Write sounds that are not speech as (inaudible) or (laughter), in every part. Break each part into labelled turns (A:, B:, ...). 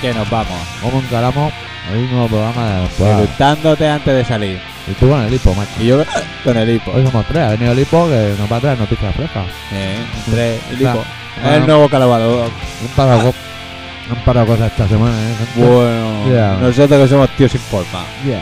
A: que nos vamos.
B: Vamos un calamo. Hoy un nuevo programa de la
A: Preguntándote antes de salir.
B: Y tú con el hipo, macho.
A: Y yo eh, con el hipo.
B: Hoy somos tres. Ha venido el hipo que nos va a traer noticias frescas.
A: Eh, tres, el hipo.
B: Ah,
A: Es el
B: ah.
A: nuevo calabado.
B: Han parado, co- han parado cosas esta semana, ¿eh? gente?
A: Bueno,
B: Ya.
A: nosotros que somos tíos sin forma.
B: Yeah.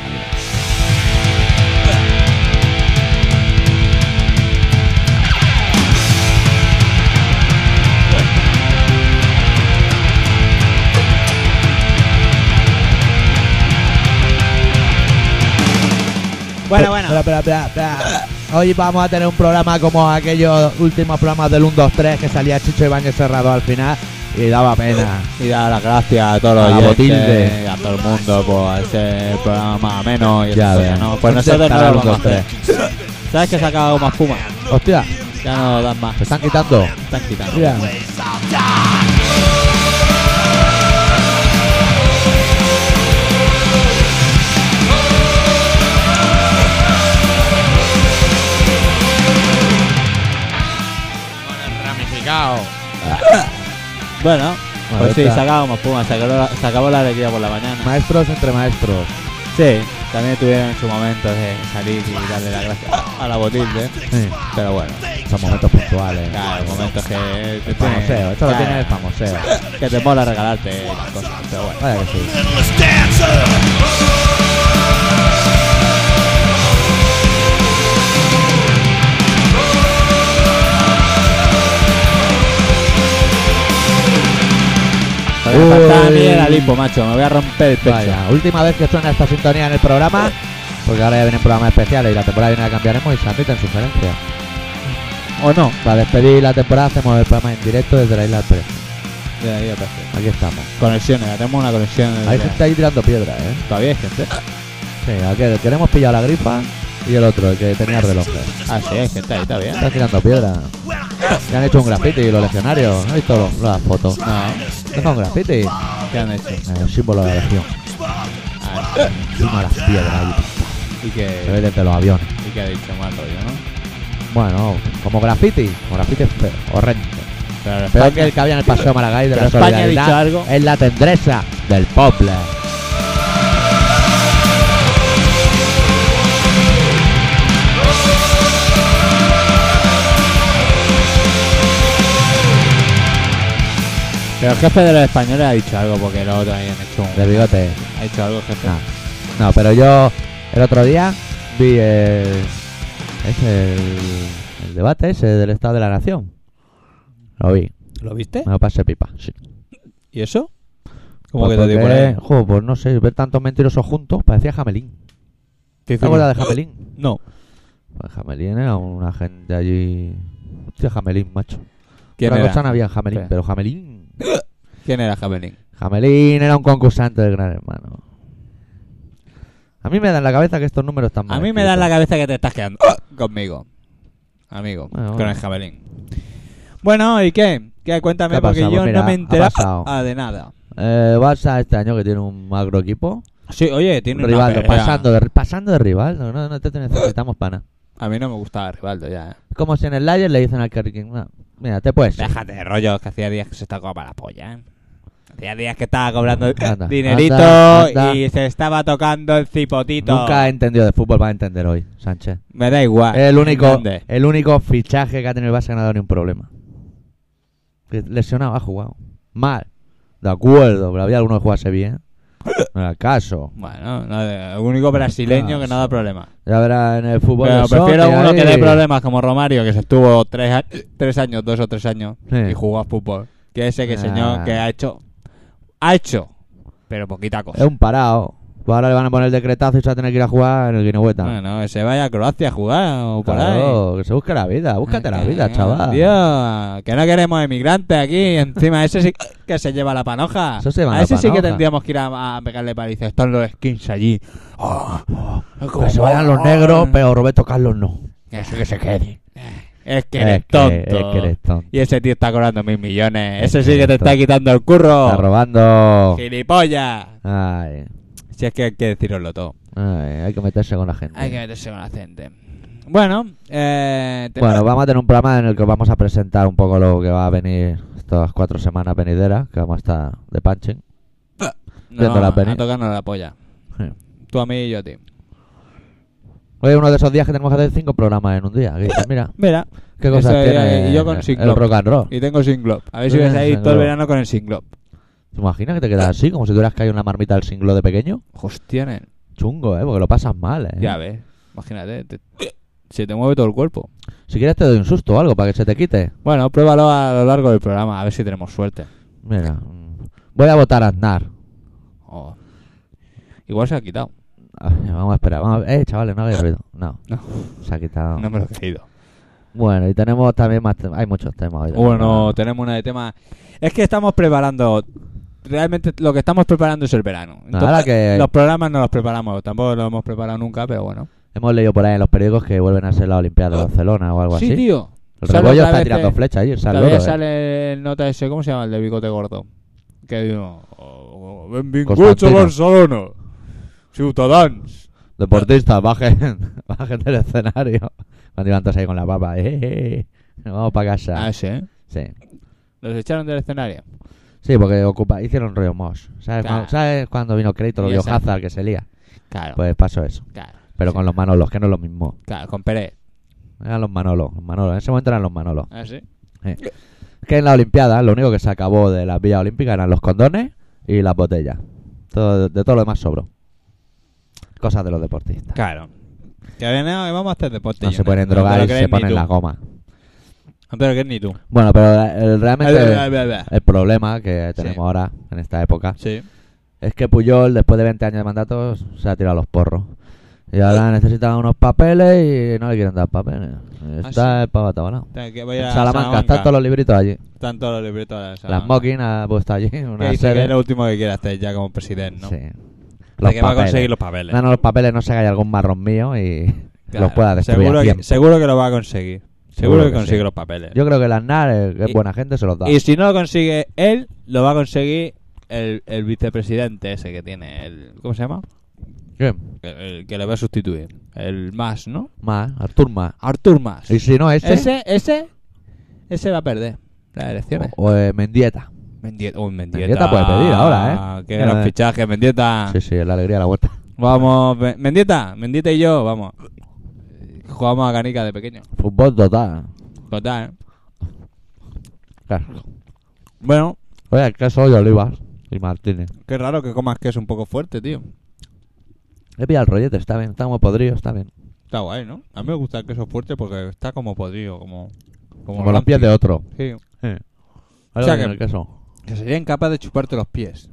A: Bueno, bueno.
B: Espera, espera, espera, espera. Hoy vamos a tener un programa como aquellos últimos programas del 1, 2, 3 que salía Chicho Ibáñez cerrado al final y daba pena.
A: Y dar las gracias a todos los
B: A la
A: oyentes
B: Botilde.
A: y a todo el mundo por ese programa más ameno
B: Ya
A: y esas
B: ves.
A: cosas, ¿no? Pues nosotros no
B: Estará
A: lo
B: el
A: vamos a
B: 1, 2,
A: hacer. ¿Sabes que se ha acabado más puma?
B: Hostia,
A: Ya no lo dan más.
B: se Pues están quitando.
A: Están quitando.
B: Mira.
C: Ramificado.
A: Bueno,
B: Bueno,
A: pues sí,
B: está.
A: se ha acabado más puma. Se acabó, la, se acabó la alegría por la mañana.
B: Maestros entre maestros.
A: Sí, también tuvieron en su momento de salir y darle las gracias a la Botilde.
B: Sí,
A: Pero bueno,
B: son momentos puntuales.
A: claro, momentos que te
B: Famoseo, esto lo
A: claro,
B: tiene el famoseo.
A: Que te mola regalarte las cosas, pero bueno.
B: Vaya que sí.
D: Endless dancer.
A: Pero me faltaba a mí
B: Uy.
A: el alipo, macho. Me voy a romper el pecho.
B: Vaya, última vez que suena esta sintonía en el programa, porque ahora ya vienen programas especiales y la temporada viene la cambiaremos y se admiten sugerencias.
A: ¿O no?
B: Para despedir la temporada hacemos el programa en directo desde la isla 3.
A: De ahí aparece.
B: Aquí estamos.
A: Conexiones, ya tenemos una conexión.
B: Hay
A: desde-
B: gente ahí tirando piedras, ¿eh?
A: Todavía hay gente.
B: Sí, aquí queremos pillar la gripa y el otro, el que tenía reloj.
A: Ah, sí, hay gente ahí todavía.
B: Están tirando piedras. Que han hecho un graffiti los legionarios. ¿Has visto lo- las fotos?
A: No,
B: Deja un graffiti. Eh,
A: ¿qué han hecho?
B: El símbolo de la legión.
A: Ah,
B: Encima las piedras ahí.
A: y
B: Se ve
A: que,
B: desde los aviones.
A: y que ha dicho mal rollo, ¿no?
B: Bueno, como graffiti. Como graffiti es feo, horrendo.
A: Pero
B: Peor
A: España-
B: que el que había en el Paseo Maragall de
A: Pero
B: la
A: España ha dicho
B: solidaridad
A: algo.
B: es la tendresa del poble.
A: Pero el jefe de los españoles ha dicho algo porque los otros ahí han hecho
B: De
A: un...
B: bigote.
A: Ha hecho algo, jefe.
B: No. No, pero yo el otro día vi el, es el, el debate ese del Estado de la Nación. Lo vi.
A: ¿Lo viste?
B: Me lo pasé pipa. Sí.
A: ¿Y eso? ¿Cómo
B: Pues
A: que te digo eh? por
B: porque,
A: ahí?
B: jo, pues no sé, ver tantos mentirosos juntos parecía Jamelín.
A: ¿Qué
B: ¿Te
A: hicimos?
B: acuerdas de Jamelín?
A: No.
B: Pues Jamelín era una gente allí... Hostia, Jamelín, macho.
A: ¿Quién
B: Otra
A: era?
B: cosa no había en Jamelín,
A: Espera.
B: pero Jamelín...
A: ¿Quién era Javelin?
B: Jamelín era un concursante del Gran Hermano. A mí me da en la cabeza que estos números están mal.
A: A mí me da en la cabeza que te estás quedando ¡Oh! conmigo,
B: Ah,
A: amigo,
B: Bueno,
A: con
B: bueno.
A: el jabalín. Bueno, ¿y qué? ¿Qué? Cuéntame,
B: ¿Qué ha
A: porque
B: pasado?
A: yo
B: Pues mira,
A: no me he
B: ha
A: enterado
B: pasado.
A: ah, de nada.
B: Eh, Barça este año que tiene un macro equipo.
A: Sí, oye, tiene una
B: Rivaldo,
A: pelea.
B: pasando de, pasando de Rivaldo. No, no te necesitamos pana.
A: A mí no me gustaba Rivaldo ya, ¿eh?
B: Es como si en el Layer le dicen al Kerkin. "No, mira, te puedes. ir".
A: Déjate de rollos, que hacía días que se estaba para la polla, ¿eh? Hacía días que estaba cobrando
B: Anda,
A: dinerito
B: anda, anda.
A: y se estaba tocando el cipotito.
B: Nunca he entendido de fútbol, va a entender hoy, Sánchez.
A: Me da igual.
B: el, único,
A: ¿Dónde?
B: el único fichaje que ha tenido el Barça que no ha dado ni un problema. Que Lesionado, ha jugado. Mal. De acuerdo, pero había alguno que jugase bien. No era el caso.
A: Bueno, no, el único brasileño que no da problemas.
B: Ya verás en el fútbol.
A: Pero
B: del
A: prefiero
B: Sotia,
A: uno que
B: ahí.
A: dé problemas como Romario, que se estuvo tres, a- tres años, dos o tres años,
B: Sí.
A: y jugó a fútbol. Que ese que
B: Ah.
A: señor que ha hecho, ha hecho, pero poquita
B: Es
A: cosa.
B: un parado. Pues ahora le van a poner el decretazo y se va a tener que ir a jugar en el Guinehueta.
A: Bueno, ese vaya a Croacia a jugar o por ahí.
B: Claro, que se busque la vida. Búscate la vida,
A: Ah,
B: chaval.
A: Dios, que no queremos emigrantes aquí. Encima, ese sí que se lleva la panoja.
B: Eso se va
A: a
B: la
A: ese sí que
B: panoja.
A: tendríamos que ir a, a pegarle palizas. Están los skins allí. Oh, oh,
B: Que se vayan los
A: oh.
B: negros, pero Roberto Carlos no.
A: Eso que se quede. Es que
B: Es
A: eres
B: que-
A: tonto.
B: es que eres tonto.
A: Y ese tío está cobrando mil millones.
B: Es
A: Ese
B: que
A: sí que
B: eres
A: te está
B: tonto.
A: quitando el
B: Está
A: curro.
B: robando.
A: ¡Gilipollas!
B: Ay,
A: Si es que hay que deciroslo todo.
B: ay, hay que meterse con la gente.
A: Hay que meterse con la gente. Bueno, eh, te-
B: Bueno, vamos a tener un programa en el que vamos a presentar un poco lo que va a venir estas cuatro semanas venideras, que vamos a estar de punching. (laughs) Viendo las venir.
A: a tocarnos la polla.
B: Sí.
A: Tú a mí y yo a ti.
B: Hoy es uno de esos días que tenemos que hacer cinco programas en un día. que dices, mira,
A: Mira,
B: qué cosas
A: Eso, y-
B: tiene
A: y yo con
B: el
A: Ciclop.
B: rock and roll.
A: y tengo singlop. A ver
B: Tú
A: si ves
B: tienes
A: ahí todo el
B: singlop.
A: verano con el singlop.
B: ¿Te imaginas que te quedas así? Como si tuvieras caído en una marmita al singlo de pequeño.
A: Hostia, nen.
B: Chungo, ¿eh? Porque lo pasas mal, ¿eh?
A: Ya ves. Imagínate. te- se te mueve todo el cuerpo.
B: Si quieres te doy un susto o algo para que se te quite.
A: Bueno, pruébalo a lo largo del programa, a ver si tenemos suerte.
B: Mira, mm, voy a votar a Aznar.
A: Oh. Igual se ha quitado.
B: A ver, vamos a esperar. Vamos a- Eh, chavales, no hagáis ruido. No.
A: No.
B: Se ha quitado.
A: No me lo he creído.
B: Bueno, y tenemos también más... tem- Hay muchos temas hoy.
A: Bueno, tenemos una de temas. Es que estamos preparando. Realmente lo que estamos preparando es el verano. Entonces,
B: Ahora que-
A: Los programas no los preparamos. Tampoco los hemos preparado nunca, pero bueno.
B: Hemos leído por ahí en los periódicos que vuelven a ser la Olimpiada de Barcelona o algo
A: Ah. sí,
B: así.
A: tío.
B: El
A: Sale
B: rebollo
A: otra
B: está
A: vez
B: tirando
A: que-
B: flechas ahí, sale
A: Todavía
B: oro, ¿eh?
A: sale el nota ese, ¿cómo se llama? El de bigote gordo. Que digo, oh, oh, benvinguts a
B: Constantino.
A: Barcelona, ciutadans.
B: Deportistas, bajen, (laughs) bajen del escenario. Cuando iban todos ahí con la papa. Eh, eh, eh. Nos vamos para casa.
A: Ah, sí, ¿eh?
B: Sí.
A: Los echaron del escenario.
B: Sí, porque ocupa, hicieron rollo Mosh. ¿Sabes,
A: Claro.
B: cuando, ¿Sabes cuando vino crédito? Lo
A: Y
B: vio
A: esa-
B: Hazard que se lía.
A: Claro,
B: Pues pasó eso.
A: claro,
B: Pero
A: Sí.
B: con los Manolos, que no es lo mismo.
A: claro, con Pérez.
B: Eran los Manolos. los Manolos. En ese momento eran los Manolos.
A: Ah, sí.
B: Es que en la Olimpiada lo único que se acabó de las villas olímpicas eran los condones y las botellas. Todo, de todo lo demás sobró. Cosas de los deportistas.
A: Claro. Que había nada, que vamos a hacer deporte.
B: No
A: yo,
B: se pueden
A: No te
B: drogar
A: lo
B: y se
A: crees ni
B: ponen
A: tú.
B: la goma.
A: No te lo crees ni tú.
B: Bueno, pero eh,
A: Ay, ay,
B: realmente
A: ay, ay, ay.
B: el problema que tenemos
A: Sí.
B: ahora, en esta época,
A: Sí.
B: es que Puyol, después de 20 años de mandato, se ha tirado a los porros. Y ahora necesitan unos papeles y no le quieren dar papeles. Y
A: Ah,
B: Está
A: sí.
B: el pavo atabalao.
A: Tengo que- voy a ir
B: En
A: a
B: Salamanca, están todos los libritos allí.
A: Están todos los libretos de la
B: Las
A: Salamanca.
B: Mokin ha puesto allí
A: Que
B: una
A: dice que
B: serie.
A: es lo último que quiere hacer ya como presidente, ¿no?
B: Sí.
A: De
B: Los
A: que va a
B: papeles.
A: conseguir los papeles.
B: No, no, los papeles no se cae algún marrón mío y (laughs)
A: Claro,
B: los pueda destruir.
A: seguro
B: a
A: que,
B: tiempo.
A: seguro que lo va a conseguir. Seguro,
B: Seguro
A: que
B: que
A: consigue
B: sí.
A: los papeles.
B: Yo creo que las NAR, eh, que es
A: Y-
B: buena gente, se los da.
A: Y si no lo consigue él, lo va a conseguir el, el vicepresidente ese que tiene. El, ¿Cómo se llama?
B: Bien.
A: El, el que le va a sustituir. El Mas, ¿no?
B: Más, Artur más.
A: Artur Mas.
B: Y si no, este, ese,
A: Ah, Ese, ese, ese va a perder las elecciones.
B: o, o, eh, Mendieta.
A: Mendieta. Uy, Mendieta.
B: Mendieta puede pedir ahora, ¿eh?
A: Qué gran
B: Eh.
A: fichaje, Mendieta.
B: Sí, sí, es la alegría de la vuelta.
A: Vamos, Me- Mendieta. Mendieta y yo, vamos. Jugamos a canica de pequeño.
B: Fútbol total.
A: Total. ¿eh?
B: Claro.
A: Bueno,
B: Oye, el queso y olivas y martínez.
A: qué raro que comas que es un poco fuerte, tío.
B: He pillado el rollete, está bien. Estamos podridos, está bien.
A: Está guay, ¿no? A mí me gusta el queso fuerte porque está como podrido, como...
B: Como los pies de otro.
A: Sí.
B: Eh.
A: O sea
B: Algo
A: que-
B: tiene el queso.
A: Que sería incapaz de chuparte los pies.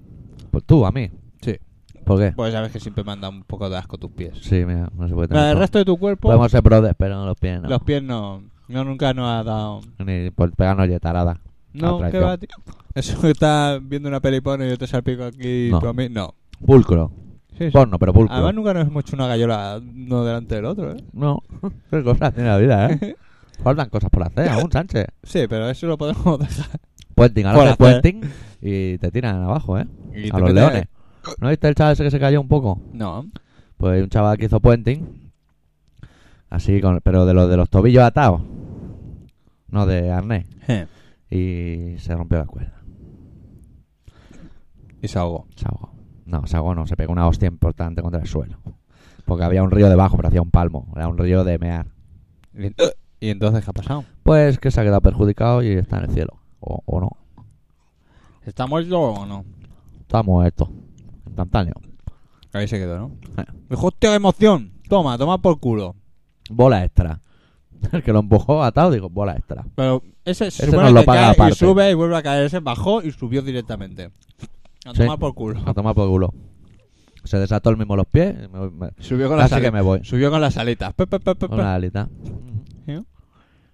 B: Pues tú, a mí.
A: Sí.
B: ¿Por qué?
A: Pues sabes que siempre me han dado un poco de asco tus pies.
B: Sí, mira, no se puede tener.
A: Pero el
B: todo.
A: resto de tu cuerpo,
B: Podemos ser brothers, pero los pies no.
A: los pies no... No, nunca nos ha dado...
B: Ni por pegarnos de tarada.
A: No,
B: Atracción.
A: ¿qué va, tío? Eso que estás viendo una peli porno y yo te salpico aquí y
B: No.
A: tú a mí... No.
B: Pulcro.
A: Sí, Ah, sí.
B: Porno, pero pulcro.
A: Además nunca nos hemos hecho una gallola uno delante del otro, ¿eh?
B: No, (laughs) qué cosas tiene la vida,
A: (laughs)
B: ¿eh? Faltan cosas por hacer, aún, Sánchez.
A: Sí, pero eso
B: (laughs)
A: lo podemos dejar.
B: Puenting,
A: Por
B: ahora haces
A: hacer.
B: puenting y te tiran abajo, ¿eh?
A: Y
B: A
A: te
B: los
A: metes-
B: leones. ¿No viste el chaval ese que se cayó un poco?
A: No.
B: Pues hay un chaval que hizo puenting. Así, con, pero de los, de los tobillos atados. No, de arnés.
A: Eh,
B: Y se rompió la cuerda.
A: Y se ahogó.
B: Se ahogó. No, se ahogó no, se pegó una hostia importante contra el suelo. Porque había un río debajo, pero hacía un palmo. Era un río de mear.
A: Y
B: Eh.
A: y entonces, ¿qué ha pasado?
B: Pues que se ha quedado perjudicado y está en el cielo. O, o no.
A: ¿Está muerto o no?
B: Está muerto. Instantáneo.
A: Ahí se quedó, ¿no?
B: Eh.
A: Dijo, hostia, qué emoción. Toma, toma por culo.
B: Bola extra. (laughs) El que lo empujó atado, digo, bola extra.
A: Pero ese se
B: Ese
A: supone
B: nos lo
A: que
B: paga
A: cae y
B: aparte.
A: sube y vuelve a caerse, bajó y subió directamente. A
B: Sí.
A: tomar por culo.
B: A tomar por culo. Se desató el mismo los pies. y me- me-
A: (laughs) Subió con Pues, las
B: Así que me
A: alitas. (laughs)
B: voy.
A: Subió con las alitas. Pe, pe, pe, pe, pe.
B: Una alita.
A: ¿Sí?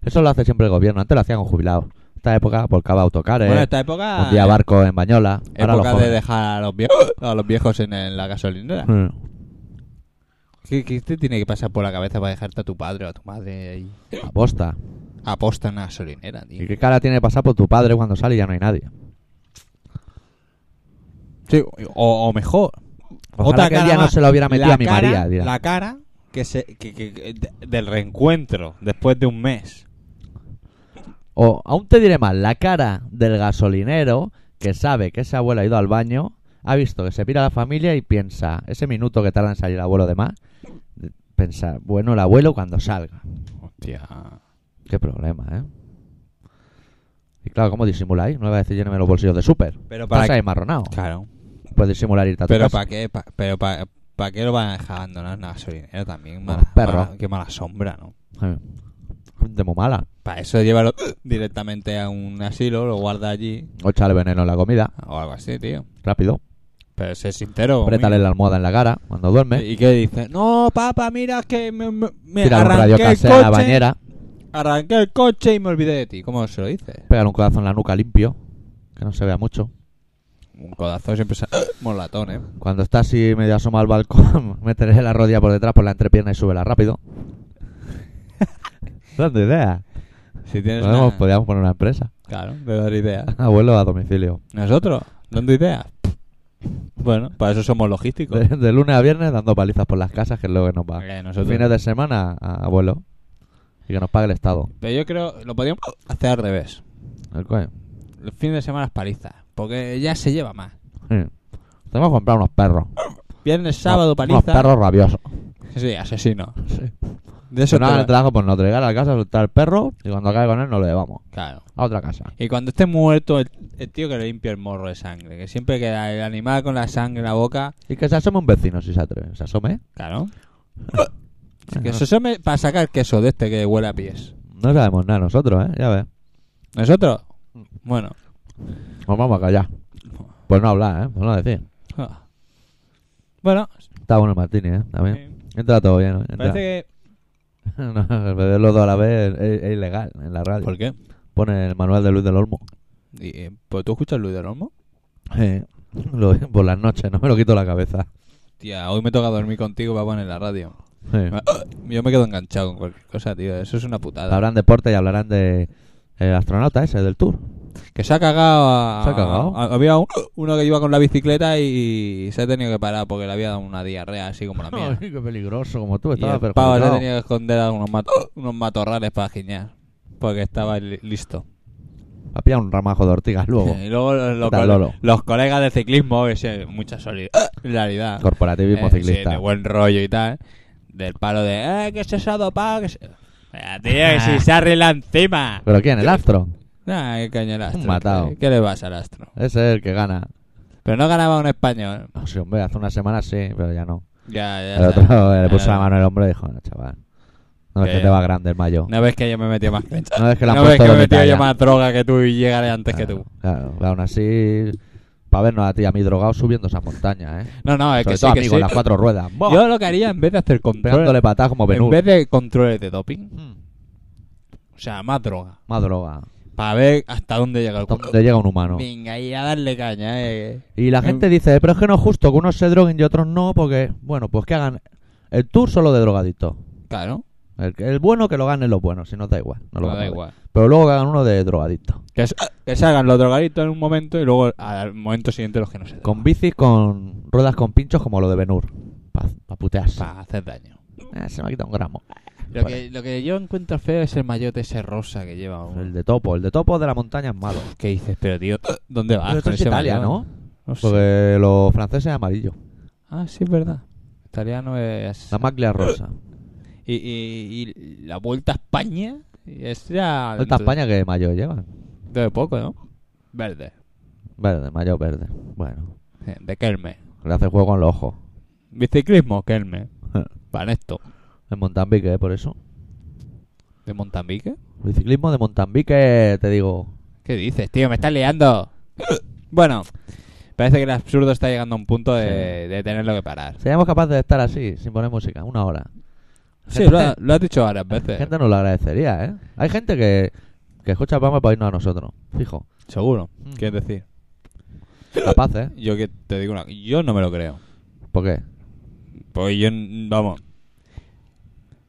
B: Eso lo hace siempre el gobierno. Antes lo hacían con jubilados. Esta época volcaba autocares.
A: Bueno, esta época.
B: un día barco en Bañola. Ahora los
A: Época de
B: jóvenes.
A: dejar a los viejos, a los viejos en, en la gasolinera.
B: Mm.
A: ¿Qué, qué te tiene que pasar por la cabeza para dejarte a tu padre o a tu madre ahí?
B: Aposta.
A: Aposta en la gasolinera, tío.
B: ¿Y qué cara tiene que pasar por tu padre cuando sale y ya no hay nadie?
A: Sí, o, o mejor.
B: Ojalá que el día no
A: más.
B: se lo hubiera metido
A: La
B: a mi
A: cara-
B: María. dirá.
A: La cara que se, que- que- que- de- del reencuentro después de un mes.
B: O aún te diré más, la cara del gasolinero que sabe que esa abuela ha ido al baño ha visto que se pira la familia y piensa, ese minuto que tarda en salir el abuelo de más, piensa, bueno, el abuelo cuando salga.
A: Hostia.
B: Qué problema, ¿eh? Y claro, ¿cómo disimuláis? No le va a decir lléname los bolsillos de súper.
A: Pero
B: Estás
A: para
B: ahí marronado.
A: Claro.
B: Puedes disimular irte a tu
A: Pero
B: casa.
A: para qué, pa- pero para ¿Para qué lo van a dejar abandonar una gasolinera también?
B: Como
A: Mala-
B: perro.
A: mala- qué mala sombra, ¿no?
B: Eh, Gente muy mala.
A: Para eso llévalo directamente a un asilo, lo guarda allí
B: O echarle veneno en la comida,
A: o algo así, tío.
B: rápido.
A: Pero sé sincero.
B: Apriétale la almohada en la cara cuando
A: mira.
B: duerme.
A: ¿Y qué dice? No, papá, mira que me, me- me
B: Tira un radio
A: arranqué el
B: casera a la
A: coche.
B: bañera.
A: Arranqué el coche y me olvidé de ti. ¿Cómo se lo dice?
B: Pegar un codazo en la nuca limpio. Que no se vea mucho.
A: Un codazo siempre se... Molatón, ¿eh?
B: Cuando está así medio asomado al balcón, (laughs) meterle la rodilla por detrás por la entrepierna y súbela
A: (laughs)
B: rápido. Grande idea.
A: Si tienes
B: Podemos,
A: una-
B: Podríamos poner una empresa. (laughs)
A: Claro, de dar ideas.
B: Abuelo a domicilio.
A: ¿Nosotros? ¿Dando ideas? Bueno, para eso somos logísticos.
B: De, de lunes a viernes dando palizas por las casas, que es lo que nos va.
A: Eh, nosotros-
B: Fines de semana, a- abuelo. Y que nos pague el Estado.
A: Pero yo creo lo podríamos hacer al revés.
B: ¿El qué?
A: Los fines de semana es paliza. Porque ya se lleva más.
B: Sí. (laughs) Tenemos que comprar unos perros.
A: Viernes, sábado,
B: Unos- Unos
A: paliza.
B: perros rabiosos.
A: Sí, asesino.
B: Sí.
A: De
B: Si
A: eso
B: no
A: te
B: hagan
A: va-
B: el trabajo, pues nos traigan a la casa, soltar el perro. Y cuando acabe con él, nos lo llevamos
A: Claro.
B: a otra casa.
A: Y cuando esté muerto, el, el tío que le limpia el morro de sangre. Que siempre queda el animal con la sangre en la boca.
B: Y que se asome un vecino si se atreve. Se asome, ¿eh?
A: Claro. que eso se me- para sacar queso de este que huele a pies.
B: No sabemos nada nosotros, ¿eh? Ya ves.
A: ¿Nosotros? Bueno.
B: Nos vamos a callar. Pues no hablar, ¿eh? Pues no decir.
A: Ah. Bueno.
B: Está bueno el martini, ¿eh? También.
A: eh,
B: Entra todo bien, ¿eh? Entra.
A: Parece que...
B: (laughs) No, beber los dos a la vez es, es ilegal en la radio.
A: ¿Por qué?
B: Pone el manual de Luis del Olmo.
A: Y, eh, ¿Pero tú escuchas Luis del Olmo?
B: Eh, lo- por las noches, no me lo quito la cabeza.
A: Tía, hoy me toca dormir contigo para poner la radio.
B: Eh,
A: Yo me quedo enganchado con cualquier cosa, tío. Eso es una putada.
B: Hablarán de deporte y hablarán de eh, astronauta ese del tour.
A: Que se ha cagado. a-
B: Se ha cagado.
A: a- había un- uno que iba con la bicicleta y se ha tenido que parar porque le había dado una diarrea así
B: (laughs)
A: como la mía.
B: qué peligroso, como tú,
A: y el pavo se ha tenido que esconder a unos, mato- unos matorrales para giñar. Porque estaba li- listo.
B: Ha pillado un ramajo de ortigas
A: (laughs)
B: luego.
A: Y luego los, los
B: Está
A: cole-
B: lolo.
A: los colegas de ciclismo, que sí, mucha solidaridad.
B: Corporativismo
A: Eh, sí,
B: ciclista.
A: de buen rollo y tal. Del palo de, eh, que se ha dopado. Que se... Ah, tío, que si se arregla encima.
B: (laughs) ¿Pero quién? ¿El astro?
A: Nah, qué caña el astro.
B: Un matado.
A: ¿Qué, qué le vas al astro?
B: Ese es el que gana.
A: Pero no ganaba un español.
B: No, sí, hombre, hace una semana sí, pero ya no.
A: Ya, ya.
B: El
A: está.
B: otro eh, le
A: Ya,
B: puso
A: ya.
B: la mano al hombro y dijo, no, chaval. No, es
A: Ya,
B: que
A: ya.
B: te va grande el mayo.
A: No ves que yo me he metido más que
B: No es que la han
A: No ves
B: puesto
A: que me he
B: de
A: metido
B: talla.
A: yo más droga que tú y llegaré antes que tú.
B: Claro, pero aún así, para vernos a ti y a mí drogados subiendo esas montañas, ¿eh?
A: No, no, es
B: Sobre
A: Ah, que
B: todo
A: sí,
B: a
A: que
B: mí
A: sí.
B: con las cuatro ruedas. ¡Buah!
A: Yo lo que haría en vez de hacer
B: Pegándole
A: controles.
B: patadas como
A: En
B: Benur.
A: vez de controles de doping,
B: Mm,
A: o sea, más droga.
B: Más droga.
A: Para ver hasta dónde llega el
B: Hasta
A: cuerpo.
B: donde llega un humano.
A: Venga, y a darle caña, eh.
B: Y la
A: Mm.
B: gente dice, pero es que no es justo que unos se droguen y otros no, porque, bueno, pues que hagan el tour solo de drogadictos.
A: Claro,
B: El, el bueno que lo ganen los buenos, si no da igual. No
A: no,
B: lo
A: da
B: ganan.
A: igual.
B: Pero luego que hagan uno de drogadictos.
A: Que, s- que salgan los drogaditos en un momento y luego al momento siguiente los que no se drogan.
B: Con bicis, con ruedas con pinchos como lo de Benur. Para putearse.
A: Para hacer daño.
B: Eh, se me ha quitado un gramo.
A: Lo que, lo que yo encuentro feo es el mayote ese rosa que lleva. un-
B: Pues, El de topo. El de topo de la montaña es malo.
A: ¿Qué dices? Pero tío, ¿dónde vas?
B: Pero esto
A: con
B: es
A: ese
B: Italia,
A: maillot?
B: ¿no?
A: No sé.
B: Porque los franceses es amarillo.
A: Ah, sí, es verdad. Italiano es...
B: La maglia es rosa.
A: Ah, Y, y- y la Vuelta a España es ya...
B: Esta España que mayo llevan.
A: dentro de poco, ¿no? Verde.
B: Verde, mayo verde. Bueno.
A: eh, De Kelme.
B: Le hace juego con los ojos.
A: Biciclismo, Kelme. Vanesto.
B: En Montambique, ¿eh? por eso.
A: ¿De Montambique?
B: Biciclismo de Montambique, te digo.
A: ¿Qué dices, tío? Me estás (laughs) liando. bueno, parece que el absurdo está llegando a un punto de, de tenerlo que parar.
B: Seríamos capaces de estar así, sin poner música, una hora.
A: Sí, lo, ha- lo has dicho varias
B: La
A: veces.
B: gente nos lo agradecería, ¿eh? Hay gente que, que escucha el programa para irnos a nosotros. Fijo.
A: Seguro.
B: Mm.
A: ¿Quieres decir?
B: Capaz, ¿eh?
A: Yo que te digo una... Yo no me lo creo.
B: ¿Por qué?
A: Pues yo, n- vamos.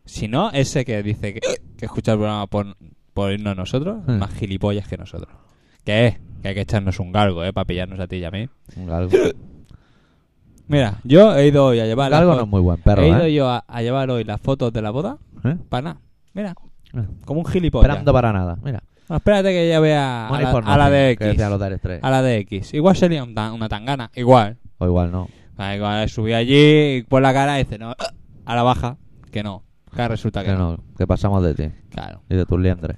A: Si no, ese que dice que, que escucha el programa por, por irnos a nosotros,
B: Hmm.
A: más gilipollas que nosotros. Que es, que hay que echarnos un galgo, ¿eh? Para pillarnos a ti y a mí.
B: Un galgo.
A: Mira, yo he ido hoy a llevar... las
B: Galgo
A: fo-
B: no es muy buen perro,
A: He ido
B: ¿eh?
A: yo a, a llevar hoy las fotos de la boda
B: ¿Eh?
A: para nada. Mira,
B: Ah.
A: como un gilipollas.
B: Esperando para nada. Mira.
A: Bueno, espérate que ya vea a
B: Money
A: la,
B: for
A: a la
B: nothing,
A: de
B: Que
A: X.
B: decían los Dire Straits.
A: A la de X. Igual sería un ta- una tangana. Igual.
B: O igual no.
A: Ahí, Cuando subí allí, por la cara, dice, no, ¡ah!". a la baja, que no. Ahora resulta que
B: Que no, que pasamos de ti
A: no. Claro.
B: y de tus liendres.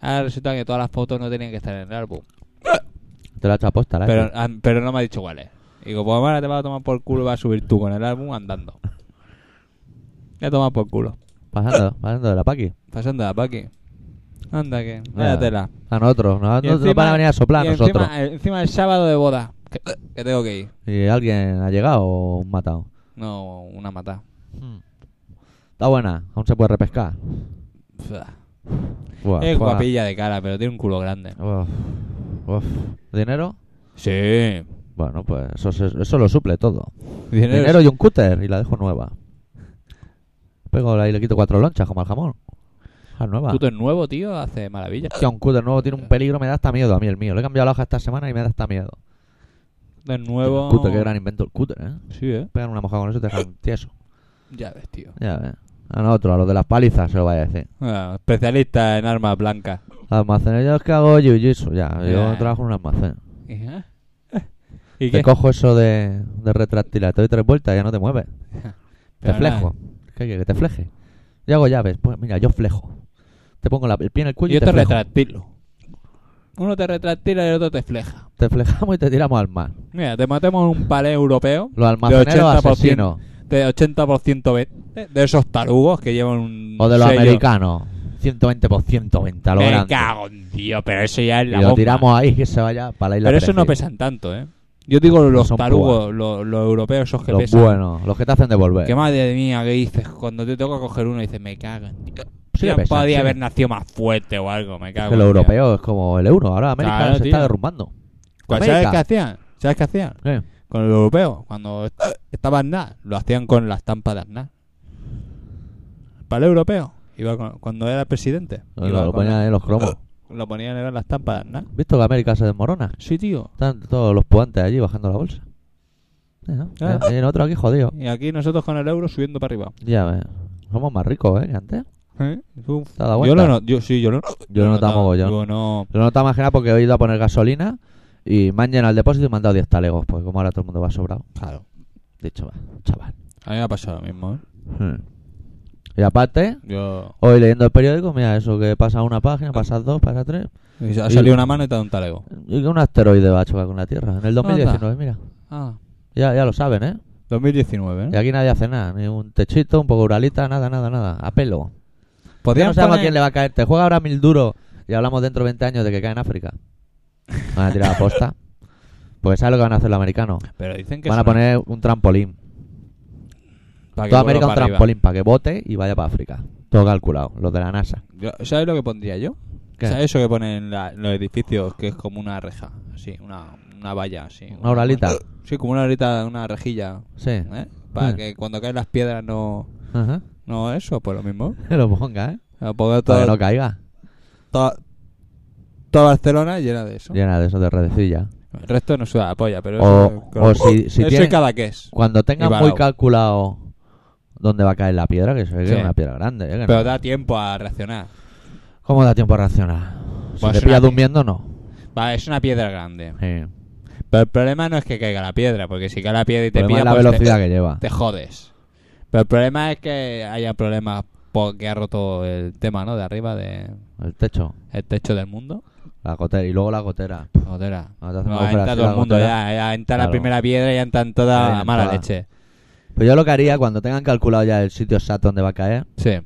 A: Ahora resulta que todas las fotos no tenían que estar en el álbum.
B: Te lo has hecho aposta, ¿eh?
A: Pero, ah, pero no me ha dicho cuál es. Digo, pues ahora te vas a tomar por culo, vas a subir tú con el álbum
B: (laughs)
A: andando. Ya tomar por culo. (coughs)
B: Pasando, pasando de la paqui.
A: Pasando la Pues paqui. Anda que,
B: Nada.
A: váyatela.
B: A nosotros, no,
A: Y
B: no- nos van a venir a soplar
A: y
B: a nosotros.
A: Encima, encima el sábado de boda. Que, que tengo que ir.
B: ¿Y alguien ha llegado o un matado?
A: No, una matada.
B: Está buena, aún se puede repescar. Buah,
A: Es
B: buah.
A: guapilla de cara, pero tiene un culo grande.
B: Uf, uf. ¿Dinero?
A: Sí.
B: Bueno, pues eso, se- eso lo suple todo.
A: Dinero.
B: Dinero y un cúter y la dejo nueva. Pego ahí le quito cuatro lonchas como al jamón. Ah, nueva.
A: Puto es nuevo, tío, hace maravilla.
B: Hostia, un cúter nuevo tiene un peligro, me da hasta miedo a mí el mío. Le he cambiado la hoja esta semana y me da hasta miedo.
A: Puto es nuevo.
B: Cúter, qué gran invento el cúter, ¿eh?
A: Sí, eh.
B: Pegan una mojada con eso y te
A: (laughs)
B: dejan tieso.
A: Ya ves, tío.
B: Ya ves. A nosotros, a los de las palizas se lo vaya a decir.
A: Ah, especialista en armas blancas.
B: Almaceneros que hago jiu-jitsu. Ya, yo
A: Ya.
B: trabajo en un almacén.
A: Ajá. ¿Y
B: Te cojo eso de, de retráctil, te doy tres vueltas y ya no te
A: (laughs)
B: mueves. Te
A: Pero
B: flejo. ¿Qué quieres? Que te fleje. Yo hago llaves. Pues mira, yo flejo. Te pongo la- el pie en el cuello
A: Yo
B: y te,
A: te
B: flejo.
A: retractilo. Uno te retractila y el otro te fleja.
B: Te flejamos y te tiramos al mar.
A: Mira, te matemos en un palé europeo
B: Los almaceneros
A: 80%.
B: asesinos.
A: de 80% ve- de esos tarugos que llevan un.
B: O de los
A: sello.
B: americanos. 120 por 120 a lo
A: Me
B: grande.
A: cago en Dios, pero eso ya es
B: Y
A: la
B: lo
A: bomba.
B: tiramos ahí que se vaya para la isla
A: pero eso no
B: Perejil.
A: pesan tanto, ¿eh? Yo digo los
B: son
A: tarugos, los, los europeos, esos que
B: Los
A: pesan.
B: buenos, eh. los que te hacen devolver.
A: Que madre mía, ¿qué dices? Cuando te toca coger uno, dices, me cago en Dios.
B: Sí
A: Yo
B: que pesan,
A: podía
B: sí.
A: haber nacido más fuerte o algo, me cago
B: Que
A: en
B: lo
A: Dios.
B: europeo es como el euro. Ahora América
A: Claro,
B: se
A: tío.
B: está derrumbando.
A: Pues, ¿Sabes
B: América.
A: qué hacían? ¿Sabes qué hacían?
B: ¿Qué?
A: Con el europeo, cuando est- estaba Aznar, lo hacían con la estampa de Aznar. Para el europeo, iba con- cuando era presidente.
B: Lo,
A: iba
B: lo
A: con
B: ponían en los cromos.
A: la- lo ponían en la estampa de Aznar.
B: ¿Visto que América se desmorona?
A: Sí, tío.
B: Están todos los puantes allí bajando la bolsa. Ya,
A: Ah.
B: ya, Y en otro aquí jodido.
A: Y aquí nosotros con el euro subiendo para arriba.
B: Ya ves. Somos más ricos, ¿eh? Que antes.
A: ¿Eh? Uf.
B: ¿Te has dado
A: Yo
B: cuenta?
A: lo no, yo sí, yo lo
B: Yo lo he notado mogollón.
A: Digo, no.
B: Lo notaba más que nada porque he ido a poner gasolina y me han llenado el depósito y me han dado 10 talegos. Porque como ahora todo el mundo va sobrado.
A: Claro.
B: Dicho va, chaval.
A: A mí me ha pasado lo mismo, ¿eh?
B: Hmm. Y aparte,
A: Yo.
B: hoy leyendo el periódico, mira eso, que pasa una página, pasas dos, pasas tres.
A: y se- ha
B: Y-
A: salido una mano y te ha dado un talego.
B: Y que un asteroide va a chocar con la Tierra. En el 2019, mira.
A: Ah.
B: Ya, ya lo saben, ¿eh?
A: 2019,
B: Y
A: ¿eh?
B: aquí nadie hace nada. Ni un techito, un poco uralita, nada, nada, nada. A pelo. Ya
A: Podrían
B: no sabemos a
A: poner-
B: quién le va a caer. Te juega ahora mil duros y hablamos dentro de 20 años de que cae en África. Van a tirar la posta.
A: (laughs)
B: Pues ¿sabes lo que van a hacer los americanos?
A: Pero dicen que
B: Van a
A: son-
B: poner un trampolín.
A: para que
B: Toda
A: vuelva
B: América un
A: para arriba.
B: trampolín para que bote y vaya para África. Todo calculado. Los de la NASA.
A: Yo- ¿Sabes lo que pondría yo?
B: ¿Qué?
A: ¿Sabes eso que ponen en la- los edificios? Que es como una reja, así, una, una valla, así.
B: Una oralita.
A: Sí, como una oralita, una rejilla,
B: Sí.
A: ¿eh? Para
B: Ah.
A: que cuando caen las piedras no...
B: Ajá. (laughs)
A: No, eso, pues lo mismo.
B: Que lo ponga, ¿eh?
A: A
B: Para
A: poner toda,
B: que no caiga.
A: toda- toda Barcelona llena de eso.
B: Llena de eso de redecilla.
A: El resto no suda la polla, pero
B: O-
A: eso... creo-
B: o si- si
A: eso
B: tiene-
A: y cada que es.
B: Cuando
A: Y
B: tengan muy
A: varao.
B: calculado dónde va a caer la piedra, que se ve que
A: Sí.
B: es una piedra grande. ¿eh? Que
A: Pero
B: no-
A: da tiempo a reaccionar.
B: ¿Cómo da tiempo a reaccionar? Si
A: Pues
B: te
A: es
B: pilla
A: una-
B: durmiendo, no.
A: Vale, es una piedra grande.
B: Sí.
A: Pero el problema no es que caiga la piedra, porque si cae la piedra y te
B: Problema
A: pilla...
B: es la
A: pues te-
B: velocidad que lleva.
A: te jodes. Pero el problema es que haya problemas porque ha roto el tema, ¿no? De arriba, de
B: El techo.
A: el techo del mundo.
B: La gotera. Y luego la gotera.
A: Jodera.
B: Cuando te hacen
A: No,
B: coger
A: entra
B: así
A: todo
B: la
A: el mundo
B: gotera.
A: ya. ya entra la
B: Claro.
A: primera piedra y ya entran
B: Ahí
A: toda
B: ya
A: la mala
B: está.
A: leche.
B: Pues yo lo que haría cuando tengan calculado ya el sitio exacto donde va a caer,
A: Sí.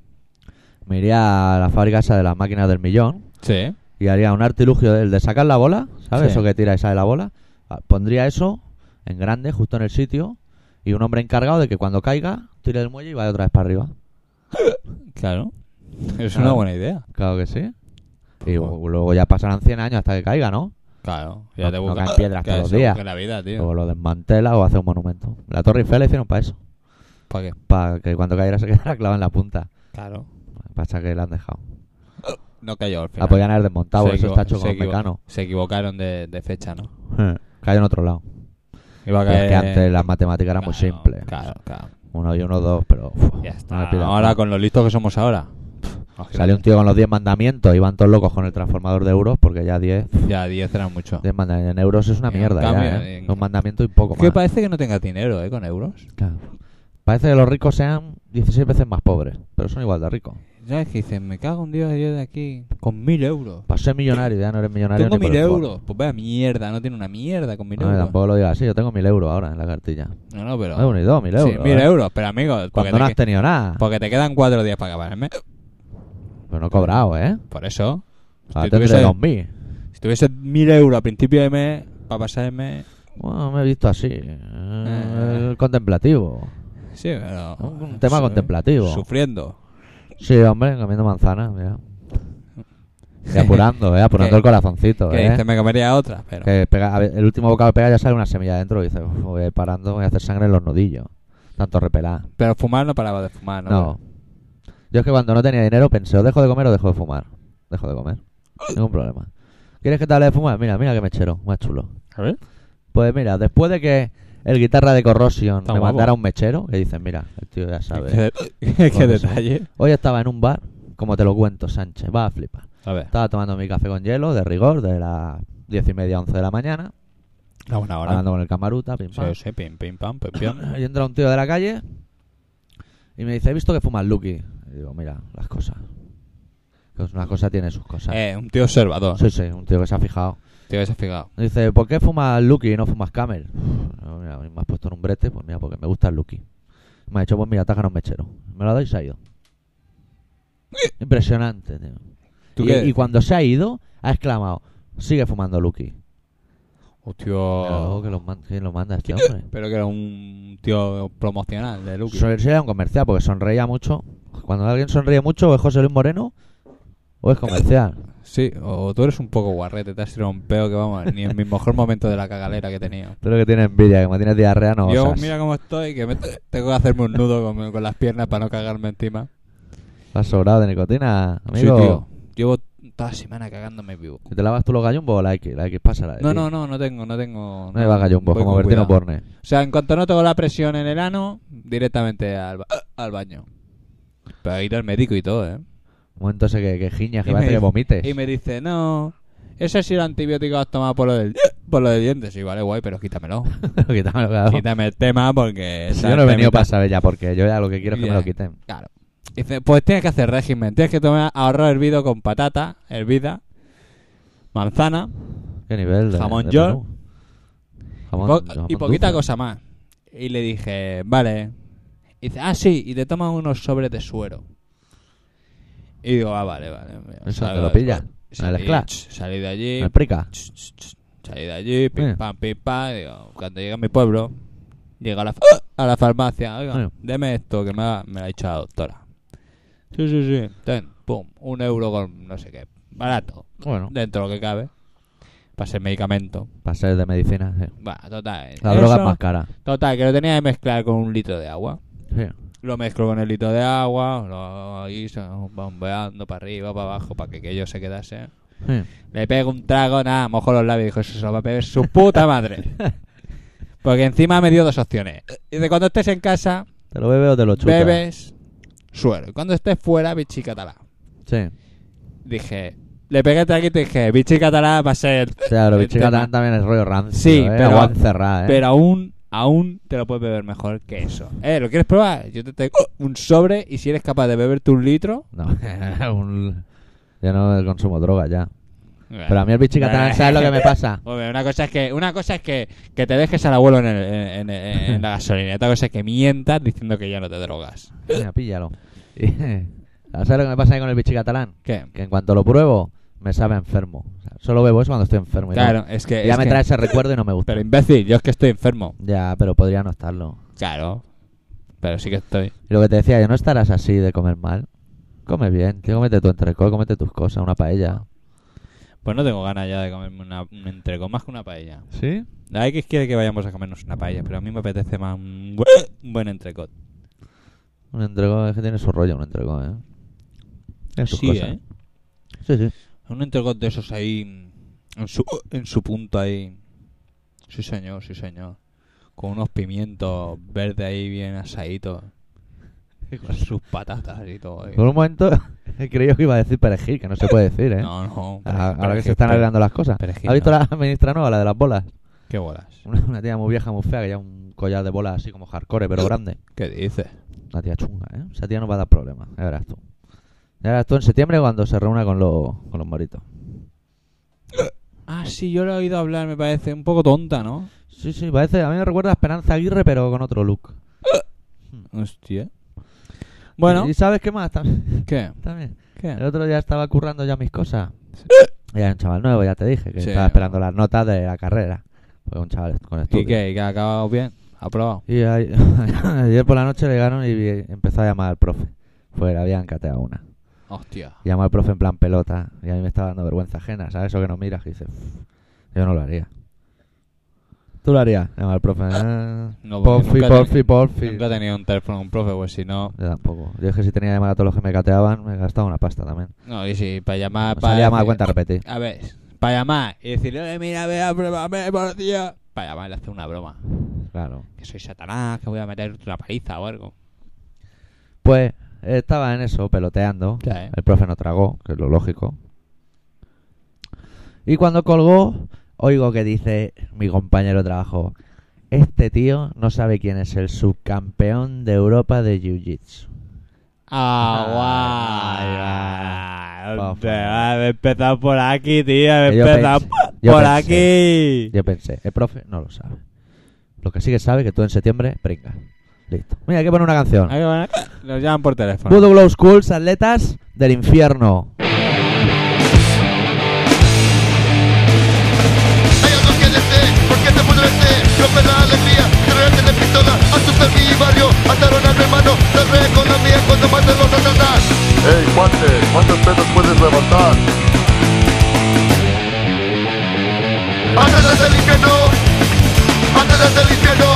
B: me iría a la fábrica esa de las máquinas del millón
A: Sí.
B: y haría un artilugio del de sacar la bola, ¿sabes?
A: Sí.
B: Eso que tira esa de la bola. Ah, Pondría eso en grande, justo en el sitio, y un hombre encargado de que cuando caiga, tire el muelle y vaya otra vez para arriba.
A: Claro. Es
B: Claro.
A: una buena idea.
B: Claro que sí. Y
A: Ojo.
B: luego luego ya pasarán 100 años hasta que caiga, ¿no?
A: Claro.
B: No-
A: Ya te
B: no
A: buscas.
B: caen piedras
A: que
B: todos los
A: eso,
B: días.
A: que la vida, tío.
B: Luego lo desmantela o hace un monumento. La Torre Eiffel la hicieron para eso,
A: ¿Para qué?
B: para que cuando cayera se (laughs) quedara clavada en la punta.
A: Claro.
B: Pasa que la han dejado.
A: No cayó al
B: La
A: final.
B: podían haber desmontado,
A: Se
B: eso
A: equivo-
B: está hecho
A: se
B: con
A: equivo-
B: mecano. (laughs)
A: Se equivocaron de, de fecha, ¿no?
B: Cae en otro lado.
A: Iba a
B: Y es
A: caer.
B: que antes las matemáticas eran muy
A: Claro,
B: simples.
A: Claro, claro.
B: Uno y uno, dos, pero. uf,
A: Ya
B: una
A: está.
B: pila.
A: Ahora, con lo listos que somos ahora. Imagínate.
B: Salió un tío con los 10 mandamientos, iban todos locos con el transformador de euros, porque ya 10,
A: Ya, 10 era mucho.
B: 10 mandamientos en euros es una
A: En
B: mierda. ya,
A: cambio,
B: ¿eh?
A: en-
B: Un mandamiento y poco
A: Que
B: más.
A: parece que no tengas dinero, ¿eh? Con euros.
B: Claro. Parece que los ricos sean 16 veces más pobres, pero son igual de ricos.
A: Ya es que dicen, me cago un dios yo de aquí con mil euros.
B: Para ser millonario, ya no eres millonario.
A: Tengo
B: ni por
A: mil
B: el forro.
A: euros. Pues vaya mierda, no tiene una mierda con mil
B: No,
A: euros.
B: tampoco lo digas así, yo tengo 1000 euros ahora en la cartilla.
A: No, no, pero.
B: Ah, bueno, y dos, 1000 euros.
A: sí, mil
B: ¿eh?
A: euros, pero amigo, porque
B: Cuando no
A: te,
B: has
A: que-
B: tenido nada.
A: porque te quedan cuatro días para acabar el mes.
B: Pero no he cobrado, ¿eh?
A: Por eso,
B: Ahora
A: Si
B: tendré
A: tuviese-
B: 2000.
A: si tuviese mil euros a principio de mes, para pasar el mes.
B: Bueno, me he visto así. eh, contemplativo.
A: Sí, pero.
B: Un- un tema contemplativo.
A: Sufriendo.
B: Sí, hombre, comiendo manzanas, mira. Y apurando, ¿eh? Apurando
A: Que-
B: el corazoncito,
A: Que
B: ¿eh?
A: dices, me comería otra, pero.
B: Que pega- a ver, el último bocado que pega ya sale una semilla dentro y dice, "Uf, voy a ir parando, voy a hacer sangre en los nudillos. Tanto repelar.
A: Pero fumar no paraba de fumar, ¿no?
B: No. Yo es que cuando no tenía dinero pensé, o dejo de comer o dejo de fumar. Dejo de comer. Ningún problema. ¿Quieres que te hable de fumar? Mira, mira que me chero, más chulo.
A: A ver.
B: Pues mira, después de que el guitarra de Corrosion
A: Está
B: me
A: guapo.
B: mandara un mechero, que dicen, mira, el tío ya sabe.
A: (laughs) Qué, qué detalle.
B: Hoy estaba en un bar, como te lo cuento, Sánchez, va a flipar.
A: A ver.
B: Estaba tomando mi café con hielo de rigor de las diez y media a 11 de la mañana,
A: La buena hora.
B: hablando con el camaruta, pim, pam.
A: Ah, Sí, sí, pim, pim, pam, pim,
B: (laughs)
A: pam.
B: Y entra un tío de la calle y me dice, he visto que fumas Lucky. Y digo, mira, las cosas. Pues una cosa tiene sus cosas.
A: Eh, un tío observador.
B: Sí, sí, un tío que se ha fijado.
A: Tío que se ha fijado.
B: Dice, ¿por qué fumas Lucky y no fumas Camel? Digo, mira, me has puesto en un brete, pues mira, porque me gusta el Lucky. Me ha dicho, pues mira, tájanos mechero. Me lo ha dado y se ha ido. Impresionante, tío.
A: ¿Tú
B: y,
A: qué?
B: y cuando se ha ido, ha exclamado, sigue fumando Lucky. Mira, luego
A: Hostia.
B: que lo man- ¿Quién lo manda este hombre?
A: Pero que era un tío promocional de Lucky.
B: Suele ser un comercial porque sonreía mucho. Cuando alguien sonríe mucho, o es José Luis Moreno o es comercial.
A: (laughs) Sí, o, o tú eres un poco guarrete, te has tirado un peo que vamos, ni en mi mejor momento de la cagalera que tenía.
B: Tú lo que tienes envidia, que como tienes diarrea no
A: Yo,
B: osas.
A: mira cómo estoy, que me- tengo que hacerme un nudo con, con las piernas para no cagarme encima.
B: Has sobrado de nicotina,
A: Sí,
B: amigo.
A: tío. Llevo toda la semana cagándome vivo.
B: Si te lavas tú los gallumbos, la X, la X pasa la
A: No, no, no, no tengo, no tengo.
B: No llevas gallumbos,
A: voy
B: como
A: con
B: Bertino
A: cuidado.
B: Borne.
A: O sea, en cuanto no tengo la presión en el ano, directamente al, ba- al baño. Pero ir al médico y todo, ¿eh?
B: Un momento ese que, que giñas, que
A: Y
B: parece
A: me
B: que
A: dice-
B: vomites. (laughs)
A: Y me dice, no, ese sí el antibiótico que has tomado por lo del, por lo del diente. Sí, vale, guay, pero quítamelo.
B: Quítamelo, (laughs) claro.
A: Quítame el tema porque...
B: Si (laughs) yo no he venido para saber ya, porque yo ya lo que quiero es que me
A: Ya.
B: lo quiten.
A: Claro. Dice, pues tienes que hacer régimen. Tienes que tomar ahorro hervido con patata, hervida, manzana
B: ¿Qué nivel? De,
A: Jamón
B: de
A: York.
B: menú? Jamón,
A: po-
B: jamón
A: y poquita
B: dulce.
A: cosa más. Y le dije, vale. Y dice, ah, sí, y te tomas unos sobres de suero. Y digo, ah, vale, vale.
B: Eso te
A: Salgo
B: lo
A: de-
B: pilla. En el
A: Salí,
B: esclavo.
A: ch, salí de allí,
B: El prica.
A: ch, ch, ch, salí de allí, pim,
B: Mira.
A: pam, pim, pam. Digo, cuando llegué a mi pueblo, llego a la, fa- ¡ah! a la farmacia, oiga,
B: Mira.
A: deme esto que me, ha- me lo ha dicho la doctora. Sí, sí, sí. Ten, pum, un euro con no sé qué. Barato,
B: Bueno,
A: dentro de lo que cabe. Para ser medicamento.
B: para ser de medicina. sí.
A: Bueno, total.
B: La droga
A: eso-
B: es más cara.
A: Total, que lo tenía que mezclar con un litro de agua.
B: Sí.
A: Lo mezclo con el litro de agua, lo ahí se va bombeando para arriba, para abajo, para que aquello se quedase.
B: Sí.
A: Le pego un trago, nada, mojo los labios y dijo, eso se lo va a beber su puta (laughs) madre. Porque encima me dio dos opciones. Dice, cuando estés en casa,
B: ¿Te lo bebe o te lo chuta?
A: bebes suero. Y cuando estés fuera, bichi catalá.
B: Sí.
A: Dije, le pegué el traguito y dije, bichi catalá va a ser...
B: O sea, lo
A: el
B: bicho
A: tema".
B: catalán también es rollo rancio.
A: Sí,
B: ¿eh?
A: pero-
B: Agua encerrada, ¿eh?
A: Pero aún, aún te lo puedes beber mejor que eso. Eh, ¿lo quieres probar? Yo te tengo un sobre y si eres capaz de beberte un litro...
B: No, (laughs) un- Yo no consumo droga ya. Pero a mí el bicho catalán, ¿sabes lo que me pasa?
A: Hombre, una cosa es que una cosa es que, que te dejes al abuelo en, el- en- en- en la gasolina, y otra cosa es que mientas diciendo que ya no te drogas.
B: Mira, píllalo. (laughs) Y- ¿Sabes lo que me pasa ahí con el bicho catalán?
A: ¿Qué?
B: Que en cuanto lo pruebo, me sabe a enfermo. O sea, solo bebo eso cuando estoy enfermo. y no-
A: Claro, es que,
B: y ya
A: es
B: me
A: que-
B: trae ese recuerdo y no me gusta.
A: pero imbécil, yo es que estoy enfermo.
B: Ya, pero podría no estarlo.
A: Claro. Pero sí que estoy.
B: Y lo que te decía, yo no estarás así de comer mal. Come bien, tío, cómete tu entrecot, cómete tus cosas, una paella.
A: Pues no tengo ganas ya de comerme una, un entrecot más que una paella.
B: ¿Sí?
A: La X quiere que vayamos a comernos una paella, pero a mí me apetece más un, bu- un buen entrecot.
B: Un entrecot, es que tiene su rollo un entrecot, ¿eh? Tiene sus
A: Sí,
B: cosas.
A: ¿eh?
B: Sí, sí.
A: Un entrecot de esos ahí en su, en su punto ahí. Sí señor, sí señor. Con unos pimientos verdes ahí bien asaditos. Con sus patatas y todo.
B: Por un momento (laughs) he creído que iba a decir perejil, que no se puede decir, Pues, ¿eh?
A: No, no.
B: Ah, Ahora
A: pere-
B: que
A: perejil,
B: se están
A: pere-
B: arreglando las cosas.
A: perejil,
B: ¿Has visto
A: no.
B: la ministra nueva, la de las bolas?
A: ¿Qué bolas?
B: Una, una tía muy vieja, muy fea, que lleva un collar de bolas así como hardcore, pero grande.
A: ¿Qué dices?
B: Una tía chunga, ¿eh? Esa tía no va a dar problemas, ya verás tú. Ya verás tú en septiembre cuando se reúna con, los con los moritos.
A: Ah, sí, yo lo he oído hablar, me parece un poco tonta, ¿no?
B: Sí, sí, parece, a mí me recuerda a Esperanza Aguirre, pero con otro look.
A: Hostia. Bueno,
B: ¿Y, y sabes qué más? También,
A: ¿qué?
B: también. El
A: ¿Qué?
B: otro día estaba currando ya mis cosas. Ya era un chaval nuevo, ya te dije, que
A: Sí.
B: estaba esperando las notas de la carrera. Fue un chaval con estudios.
A: ¿Y qué? ¿Y que ha acabado bien? ¿Aprobado?
B: Y a- (laughs) ayer por la noche llegaron y vi- empezó a llamar al profe. Fue, la habían cateado una.
A: Hostia.
B: Llamó al profe en plan pelota. Y a mí me estaba dando vergüenza ajena, ¿sabes? Eso que no miras y dices, "Uf, yo no lo haría. ¿Tú lo harías? Llamar al profe. "Ah,
A: No, porque
B: porfi,
A: nunca he
B: porfi, porfi.
A: Nunca he tenido un teléfono con un profe, pues si no...
B: Yo tampoco. Yo es que si tenía que llamar a todos los que me cateaban, me gastaba una pasta también.
A: No, y si para llamar...
B: Me
A: para
B: salía más a
A: decir-
B: cuenta repetir.
A: A ver, para llamar y decirle, "Oye, mira, ve a probarme por día. Para llamar y le hacer una broma.
B: Claro.
A: Que soy Satanás, que voy a meter una paliza o algo.
B: Pues estaba en eso, peloteando.
A: Ya, ¿eh?
B: El profe no tragó, que es lo lógico. Y cuando colgó, oigo que dice mi compañero de trabajo, este tío no sabe quién es el subcampeón de Europa de Jiu-Jitsu.
A: Ah,
B: Ay,
A: guay.
B: va.
A: ¿Dónde va? He empezado por aquí, tío. He
B: Que yo
A: empezado
B: pensé-
A: por
B: yo pensé.
A: aquí.
B: Yo pensé, el profe no lo sabe. Lo que sí que sabe que tú en septiembre pringas. Listo. Mira, hay que poner una canción.
A: Ahí van acá. Nos llaman por teléfono.
B: Voodoo Glow Schools, atletas del infierno.
C: Hay otros que deseen, porque se pudo desee Rompe la alegría, cargarse de pistola Asustan mi barrio, ataron a mi hermano Cerré con la mía cuando más de los atratas
D: Ey, cuate, ¿cuántos pesos puedes levantar?
C: Atratas del infierno Atratas del infierno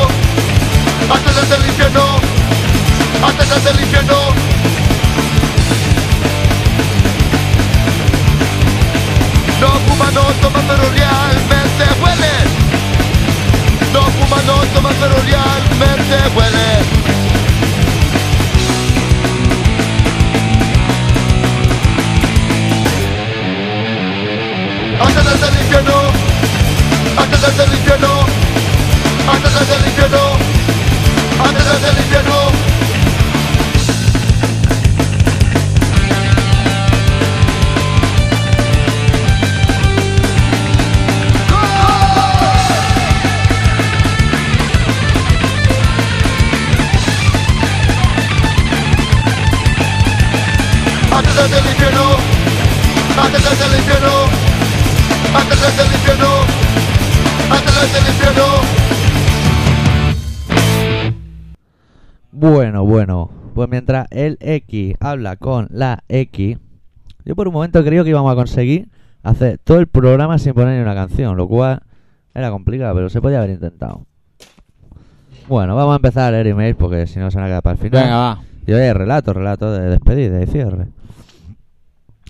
C: Atratas del infierno Atratas del infierno No fuman, no toman, pero realmente huelen No fuman, no toman, pero realmente huelen Atrás del infierno, atrás del infierno, atrás del infierno, atrás del infierno. Atrás del infierno, atrás del infierno. Atrás del infierno, atrás del infierno.
B: Bueno, bueno. Pues mientras el X habla con la X, yo por un momento creo que íbamos a conseguir hacer todo el programa sin poner ni una canción, lo cual era complicado, pero se podía haber intentado. Bueno, vamos a empezar a leer emails porque si no se van a quedar para el final.
A: Venga, va.
B: Y hoy hay relato, relato de despedida y cierre.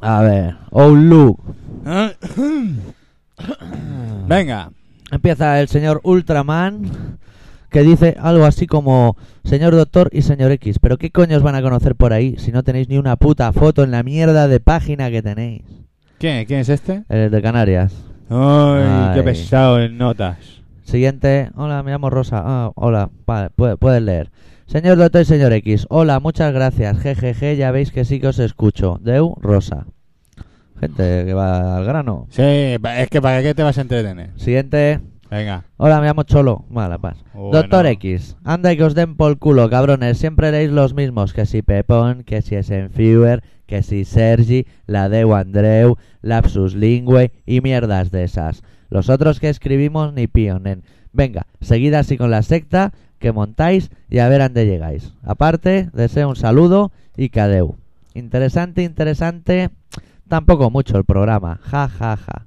B: A ver, Outlook.
A: ¿Eh? Venga.
B: Empieza el señor Ultraman que dice algo así como Señor Doctor y Señor X, pero ¿qué coño os van a conocer por ahí si no tenéis ni una puta foto en la mierda de página que tenéis?
A: ¿Quién, es? ¿Quién es este?
B: El Eh, de Canarias.
A: Ay,
B: Ay.
A: qué pesado en notas.
B: Siguiente, hola, me llamo Rosa. Ah, hola, vale, puede- puedes leer. Señor Doctor y Señor X, hola, muchas gracias. Jejeje, ya veis que sí que os escucho. Deu Rosa. Gente que va al grano.
A: Sí, pa- es que ¿para qué te vas a entretener?
B: Siguiente,
A: Venga.
B: Hola, me llamo Cholo. Mala paz.
A: Bueno.
B: Doctor X. Anda y que os den por culo, cabrones. Siempre leéis los mismos. Que si Pepón, que si Esenfewer, que si Sergi, la Deu Andreu, Lapsus Lingüe y mierdas de esas. Los otros que escribimos ni pionen. Venga, seguid así con la secta que montáis y a ver a dónde llegáis. Aparte, deseo un saludo y cadeu. Interesante, interesante. Tampoco mucho el programa. Ja, ja, ja.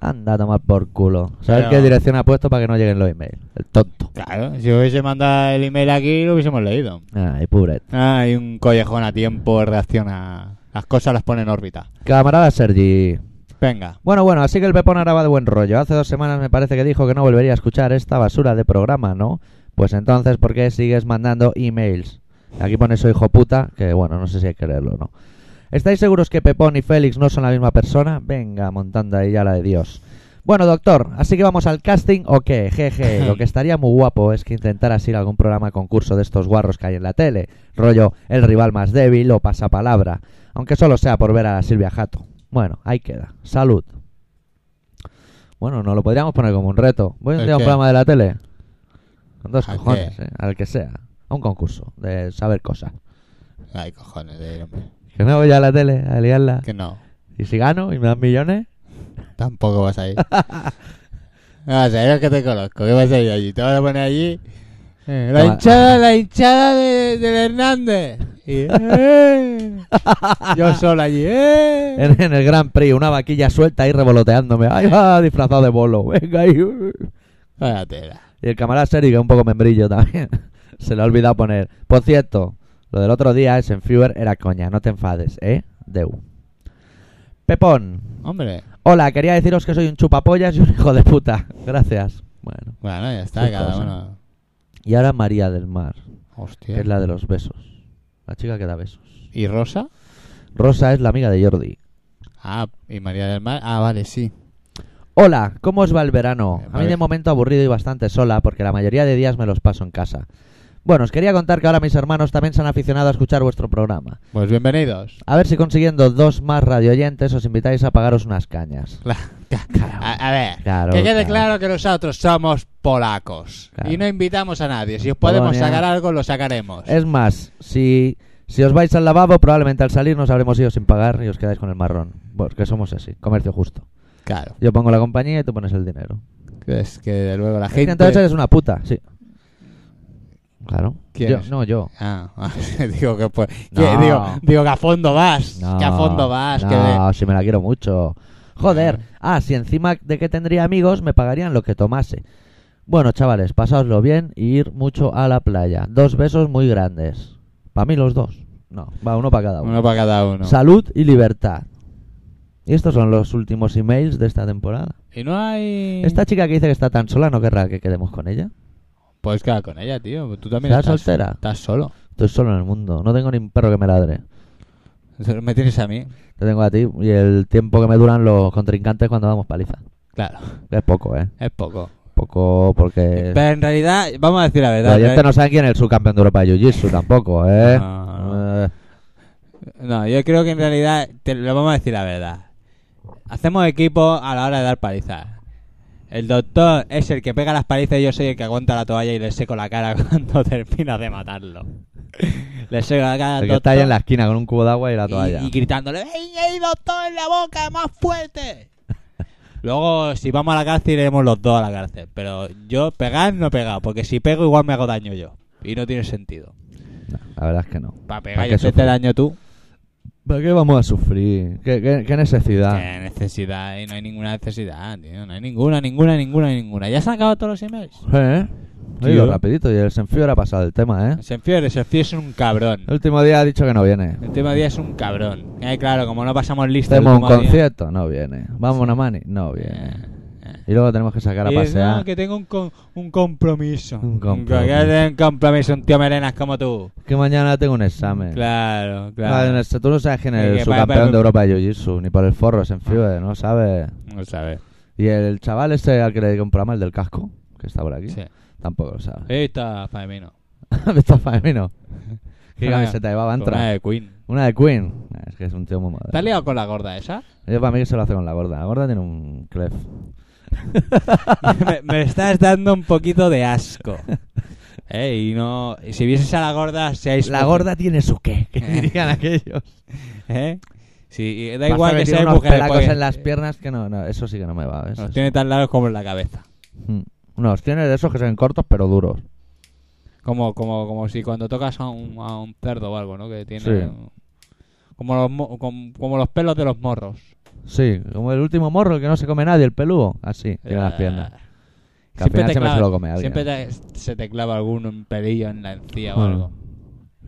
B: Anda a tomar por culo. ¿Sabes
A: Pero-
B: qué dirección ha puesto para que no lleguen los emails? El tonto.
A: Claro, si hubiese mandado el email aquí lo hubiésemos leído.
B: Ay, pobre.
A: Ah, y un collejón a tiempo reacciona. Las cosas las pone en órbita.
B: Camarada Sergi.
A: Venga.
B: Bueno, bueno, así que el Pepón ahora va de buen rollo. Hace dos semanas me parece que dijo que no volvería a escuchar esta basura de programa, ¿no? Pues entonces, ¿por qué sigues mandando emails? Aquí pone soy hijo puta, que bueno, no sé si hay que leerlo o no. ¿Estáis seguros que Pepón y Félix no son la misma persona? Venga, montando ahí ya la de Dios. Bueno, doctor, así que vamos al casting o qué, jeje. Lo que estaría muy guapo es que intentaras ir a algún programa concurso de estos guarros que hay en la tele. Rollo el rival más débil o pasapalabra. Aunque solo sea por ver a Silvia Jato. Bueno, ahí queda. Salud. Bueno, no lo podríamos poner como un reto. Voy un
A: ¿El
B: día a un
A: qué?
B: programa de la tele. Con dos
A: ¿A qué?
B: cojones, eh, al que sea. A un concurso de saber cosas.
A: Ay, cojones, de ir, hombre.
B: Que me voy a la tele a liarla.
A: Que no.
B: Y si gano y me dan millones.
A: Tampoco
B: (laughs)
A: vas a ir. No, o sea, yo que te conozco. ¿Qué vas a ir allí? Te vas a poner allí. eh, la
B: No,
A: hinchada, la hinchada de, del Hernández.
B: (laughs)
A: Y, eh, yo solo allí. eh.
B: en, en el Gran Prix, una vaquilla suelta ahí revoloteándome. ¡Ay, va! Disfrazado de bolo. Venga ahí. Y
A: Vaya tela.
B: el camarada Seri, que es un poco membrillo también. (laughs) Se le ha olvidado poner. Por cierto, lo del otro día, ese en Fewer era coña. No te enfades, ¿eh? Deu. Pepón.
A: Hombre.
B: Hola, quería deciros que soy un chupapollas y un hijo de puta. (laughs) Gracias. Bueno.
A: Bueno, ya está,
B: Qué
A: cada
B: cosa.
A: uno.
B: Y ahora María del Mar, que
A: Hostia.
B: es la de los besos. La chica que da besos.
A: ¿Y Rosa?
B: Rosa es la amiga de Jordi.
A: Ah, y María del Mar. Ah, vale, sí.
B: Hola, ¿cómo os va el verano?
A: Eh,
B: A mí
A: vale.
B: de momento aburrido y bastante sola porque la mayoría de días me los paso en casa. Bueno, os quería contar que ahora mis hermanos también se han aficionado a escuchar vuestro programa.
A: Pues bienvenidos.
B: A ver si consiguiendo dos más radioyentes os invitáis a pagaros unas cañas.
A: A, a ver,
B: Claro,
A: que quede
B: claro.
A: claro. que nosotros somos polacos
B: Claro.
A: y no invitamos a nadie. Si os podemos
B: Polonia.
A: sacar algo, lo sacaremos.
B: Es más, si, si os vais al lavabo, probablemente al salir nos habremos ido sin pagar y os quedáis con el marrón. Porque somos así, comercio justo.
A: Claro,
B: Yo pongo la compañía y tú pones el dinero.
A: es que de luego la
B: Es que
A: gente.
B: entonces eres una puta, sí. Claro.
A: ¿Quién
B: Yo-
A: es?
B: no, yo.
A: Ah, (laughs) digo que pues, que
B: No.
A: digo, digo que a fondo vas, que a fondo vas, que de-
B: no, si me la quiero mucho. Joder. Ah, si encima de que tendría amigos, me pagarían lo que tomase. Bueno, chavales, pasadlo bien y ir mucho a la playa. Dos besos muy grandes. Para mí los dos. No, va uno para cada uno.
A: uno para cada uno.
B: Salud y libertad. Y estos son los últimos emails de esta temporada.
A: y no hay.
B: Esta chica que dice que está tan sola no querrá que quedemos con ella.
A: Pues queda con ella, tío. Tú también
B: ¿Estás
A: estás
B: soltera?
A: Estás solo. (laughs)
B: Estoy solo en el mundo. No tengo ni un perro que me ladre.
A: Me tienes a mí.
B: Te tengo a ti y el tiempo que me duran los contrincantes cuando damos paliza.
A: Claro,
B: Es poco, ¿eh?
A: es poco.
B: Poco porque...
A: Pero en realidad, vamos a decir la
B: Los
A: verdad.
B: oyentes no saben quién es el subcampeón de Europa de Jiu-Jitsu tampoco, ¿eh?
A: No.
B: Eh,
A: No, yo creo que en realidad, te lo vamos a decir la verdad. Hacemos equipo a la hora de dar palizas. El doctor es el que pega las palizas y yo soy el que aguanta la toalla y le seco la cara (laughs) cuando termina de matarlo. Le seco la cara al
B: el que está
A: doctor
B: ahí en la esquina con un cubo de agua y la
A: y-
B: toalla.
A: Y, gritándole, ¡Ey, ey, doctor, en la boca, más
B: (laughs)
A: fuerte! Luego, si vamos a la cárcel, iremos los dos a la cárcel. Pero yo pegar no he pegado, porque si pego igual me hago daño yo. Y no tiene sentido.
B: No, la verdad es que no.
A: Para
B: ¿Para
A: pegar
B: qué
A: y hacerte
B: sufrir?
A: daño tú.
B: ¿Para qué vamos a sufrir? ¿Qué, qué- qué necesidad?
A: Qué necesidad, y no hay ninguna necesidad, tío. No hay ninguna, ninguna, ninguna, ninguna. ¿Ya se han acabado todos los emails?
B: ¿Eh?
A: Tío.
B: Oigo, rapidito, y el Senfío era pasado el tema, ¿eh?
A: Senfier, el Senfier es un cabrón.
B: El último día ha dicho que no viene.
A: El tema día es un cabrón. Eh, claro, como no pasamos lista el
B: Hacemos un
A: último día-
B: concierto, no viene. Vamos a una mani, no viene. Y luego tenemos que sacar a
A: Y dices,
B: pasear.
A: "No, que tengo un, con- un compromiso.
B: Un compromiso.
A: Que tengo un compromiso, un tío melenas como tú.
B: Que mañana tengo un examen.
A: Claro,
B: Vale, en
A: claro.
B: el- Tú no sabes quién
A: Y
B: es
A: que
B: el
A: para-
B: subcampeón
A: para-
B: de Europa de Jiu-Jitsu, ni por el forro, Senfío, no sabes.
A: No sabes.
B: Y el chaval ese al que le dediqué un programa, el del casco, que está por aquí,
A: Sí. Eh.
B: tampoco lo (laughs) sabe.
A: Ahí está Faemino.
B: Está Faemino. ¿Qué camiseta llevaba
A: Una
B: Antra?
A: de Queen.
B: Una de Queen. Ah, Es que es un tío muy
A: ¿Te has
B: moderno.
A: liado con la gorda esa?
B: Yo para mí que se lo hace con la gorda. La gorda tiene un clef.
A: (laughs) me, me estás dando un poquito de asco. Ey, no. Eh, y Si vieses a la gorda, seáis.
B: La gorda tiene su qué, que dirían aquellos.
A: ¿Eh? Sí, y da
B: Pasa
A: igual que
B: tiene
A: seáis
B: unos
A: mujeres.
B: pelacos
A: porque
B: en las piernas que no, no, eso sí que no me va. ¿ves?
A: Los tiene tan largos como en la cabeza.
B: Mm. Unos tiene de esos que son cortos pero duros.
A: Como, como, como si cuando tocas a un, a un cerdo o algo, ¿no? Que tiene.
B: Sí.
A: Como los, mo- com- como los pelos de los morros.
B: Sí, como el último morro el que no se come nadie, el peludo. Así, tiene las
A: Eh,
B: piernas. Que al
A: Siempre,
B: final
A: te
B: siempre
A: clava-
B: se lo come alguien. ¿eh?
A: siempre te- se te clava algún pelillo en la encía o
B: Joder.
A: algo.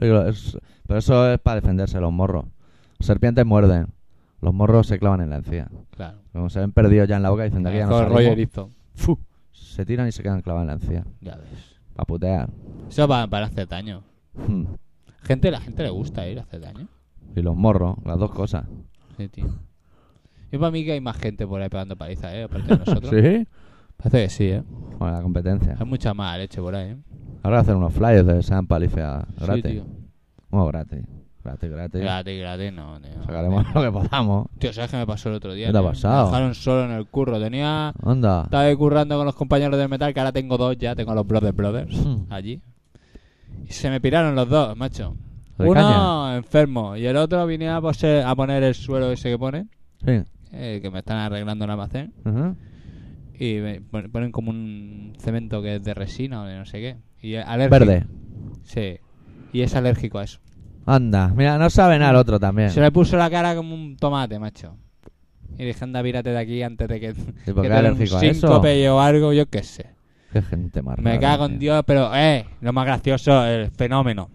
B: Pero, es- pero eso es para defenderse, los morros. Los serpientes muerden. Los morros se clavan en la encía.
A: Claro.
B: Como se ven perdidos ya en la boca dicen de aquí ya no
A: Con
B: salimos,
A: Roger Izzo.
B: ¡fu! Se tiran y se quedan clavados en la encía.
A: Ya ves.
B: Para putear.
A: Eso va para hacer daño.
B: Hmm.
A: Gente, la gente le gusta ir a hacer daño.
B: Y los morros, las dos cosas.
A: Sí, tío. Yo para mí que hay más gente por ahí pegando paliza, ¿eh? Aparte de nosotros.
B: (laughs) ¿Sí?
A: Parece que sí, ¿eh?
B: Bueno, la competencia.
A: Hay mucha más leche por ahí, ¿eh?
B: Ahora hacen unos flyers de San Palifea gratis.
A: Sí, tío.
B: Bueno, gratis. Gratis, gratis.
A: Gratis, gratis, no, tío. Eh,
B: Sacaremos (laughs) lo que podamos.
A: Tío, ¿sabes qué me pasó el otro día?
B: ¿Qué te ha
A: tío?
B: pasado?
A: Me dejaron solo en el curro. Tenía...
B: Onda.
A: Estaba ahí currando con los compañeros del metal, que ahora tengo dos ya. Tengo a los Brothers Brothers
B: Hmm.
A: allí. Y se me piraron los dos, macho.
B: ¿De
A: Uno
B: caña?
A: enfermo y el otro vine a, pose- a poner el suelo ese que pone,
B: Sí.
A: eh, que me están arreglando un almacén.
B: Ajá.
A: Y me pon- ponen como un cemento que es de resina o de no sé qué. Y es alérgico.
B: Verde.
A: Sí. Y es alérgico a eso.
B: Anda. Mira, no sabe nada el otro también.
A: Se le puso la cara como un tomate, macho. Y dije, anda, pírate de aquí antes de que, que
B: por qué
A: te dé un
B: alérgico a eso?
A: síncope o algo, yo qué sé.
B: Qué gente más
A: Me
B: rara,
A: cago en
B: tío.
A: Dios, pero, eh, lo más gracioso, el fenómeno.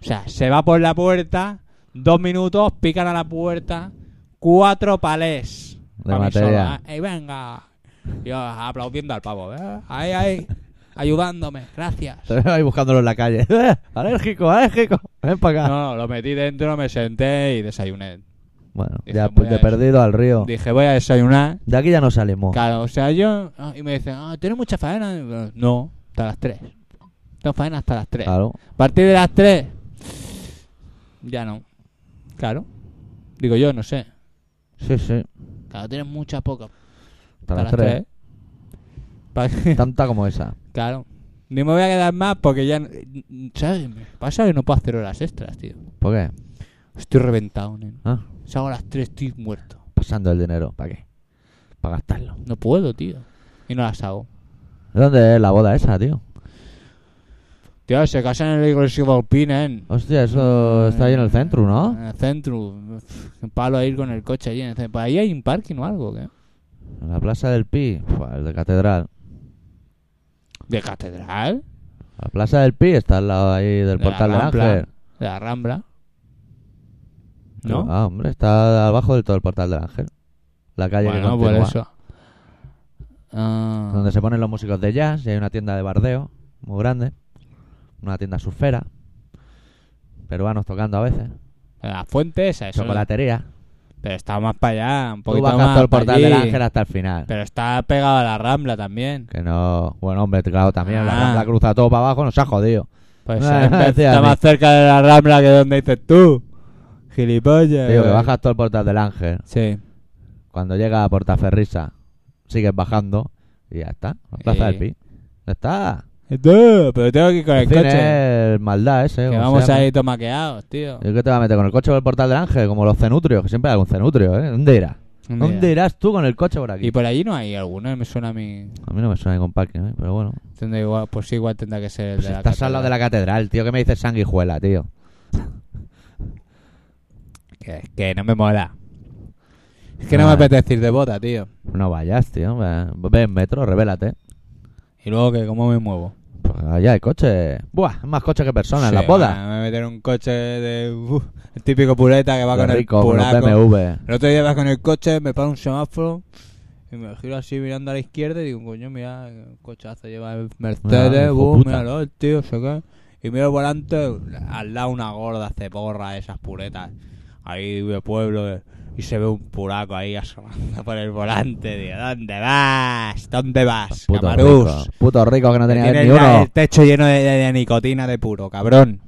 A: O sea, se va por la puerta, dos minutos, pican a la puerta, cuatro palés.
B: De
A: Pa' mí
B: materia.
A: solo, ah, Y venga. Yo aplaudiendo al pavo, ¿eh? Ahí, ahí, ayudándome, gracias.
B: Te veo ahí buscándolo en la calle. (laughs) ¡Eh! Alérgico, alérgico. Ven para
A: No,
B: acá.
A: no, lo metí dentro, me senté y desayuné.
B: Bueno,
A: Dije,
B: ya
A: voy a
B: de
A: eso.
B: perdido al río.
A: Dije, voy a desayunar.
B: De aquí ya no salimos.
A: Claro, o sea, yo. ah, Y me dicen, ah, ¿tienes mucha faena? Y yo, no, hasta las 3. Tengo faena hasta las 3.
B: Claro.
A: A partir de las 3. Ya no. Claro. Digo yo, no sé.
B: Sí, sí.
A: Claro, tienes mucha poca.
B: Hasta las tres.
A: Pa-
B: Tanta como esa.
A: (laughs) claro. Ni me voy a quedar más porque ya. ¿Sabes? Me pasa que no puedo hacer horas extras, tío.
B: ¿Por qué?
A: Estoy reventado, neno.
B: Ah,
A: Salgo a las 3, estoy muerto.
B: pasando el dinero. ¿Para qué? Para gastarlo.
A: No puedo, tío. Y no las hago.
B: ¿Dónde es la boda esa, tío?
A: Tío, se casan en la iglesia de Alpina, ¿eh?
B: Hostia, eso está ahí en el centro, ¿no?
A: En el centro. Uf, Palo a ir con el coche allí en el centro. Ahí hay un parking o algo, ¿qué?
B: En la plaza del Pi. Fua, el de Catedral.
A: ¿De catedral?
B: La plaza del Pi está al lado ahí del
A: De la
B: portal del
A: Rambla.
B: Ángel.
A: De la Rambla. ¿No?
B: Ah, hombre, está abajo del todo el portal del Ángel. La calle que
A: bueno, pues por
B: continúa.
A: eso. Ah,
B: Donde se ponen los músicos de jazz y hay una tienda de bardeo muy grande. Una tienda surfera. Peruanos tocando a veces.
A: La fuente esa, eso.
B: Chocolatería.
A: Pero está más para allá, un
B: Tú
A: poquito
B: bajas
A: más.
B: todo el
A: pa'
B: portal
A: allí.
B: del Ángel hasta el final.
A: Pero está pegado a la Rambla también.
B: Que no. Bueno, hombre, claro, también
A: Ah.
B: la Rambla cruza todo para abajo, nos ha jodido.
A: Pues
B: Ah,
A: eh,
B: decía a
A: está
B: mí.
A: más cerca de la Rambla que donde dices tú. Gilipollas.
B: Digo, que bajas todo el portal del Ángel.
A: Sí.
B: Cuando llega a Portaferrisa, sigues bajando y ya está. La plaza
A: Eh.
B: del Pi. Ya está.
A: Tú, pero tengo que ir con el,
B: Cine,
A: coche.
B: el maldad ese.
A: Que
B: como
A: vamos
B: eh, se llama.
A: a ir tomaqueados, tío.
B: ¿Y qué te vas a meter con el coche por el portal del Ángel? Como los cenutrios, que siempre hay algún cenutrio, ¿eh? ¿Dónde irás? ¿Dónde irás tú con el coche por aquí?
A: Y por allí no hay alguno, me suena a mí.
B: A mí no me suena ningún parking, ¿eh? pero bueno.
A: Tendrá igual, pues sí, igual tendrá que ser el
B: Pues
A: de la
B: estás al lado de la catedral, tío. ¿Qué me dices sanguijuela, tío?
A: catedral. Que, que no me mola. Es que no me
B: Vale.
A: apetece ir de bota, tío.
B: No vayas, tío. Ve ve en metro, revélate.
A: Y luego que cómo me muevo.
B: Pues allá hay coche. Buah, hay más coches que personas en
A: Sí,
B: la boda.
A: Me voy a meter en un coche de uf, el típico puleta que va
B: Qué
A: con
B: rico,
A: el
B: con los
A: pulaco.
B: BMW.
A: El otro día va con el coche, me para un semáforo y me giro así mirando a la izquierda y digo, coño, mira, el cochazo lleva el
B: Mira,
A: Mercedes,
B: Ah, hijo
A: uh,
B: puta.
A: míralo, el tío, sé qué. Y miro el volante, al lado una gorda ceporra de esas puretas, ahí de pueblo, eh, y se ve un puraco ahí asomando por el volante. Digo, ¿dónde vas? ¿Dónde vas,
B: Putos
A: camarús?
B: ricos. Putos ricos que no tenían
A: Tienes
B: ni
A: la-
B: uno.
A: el techo lleno de, de- de nicotina de puro, cabrón.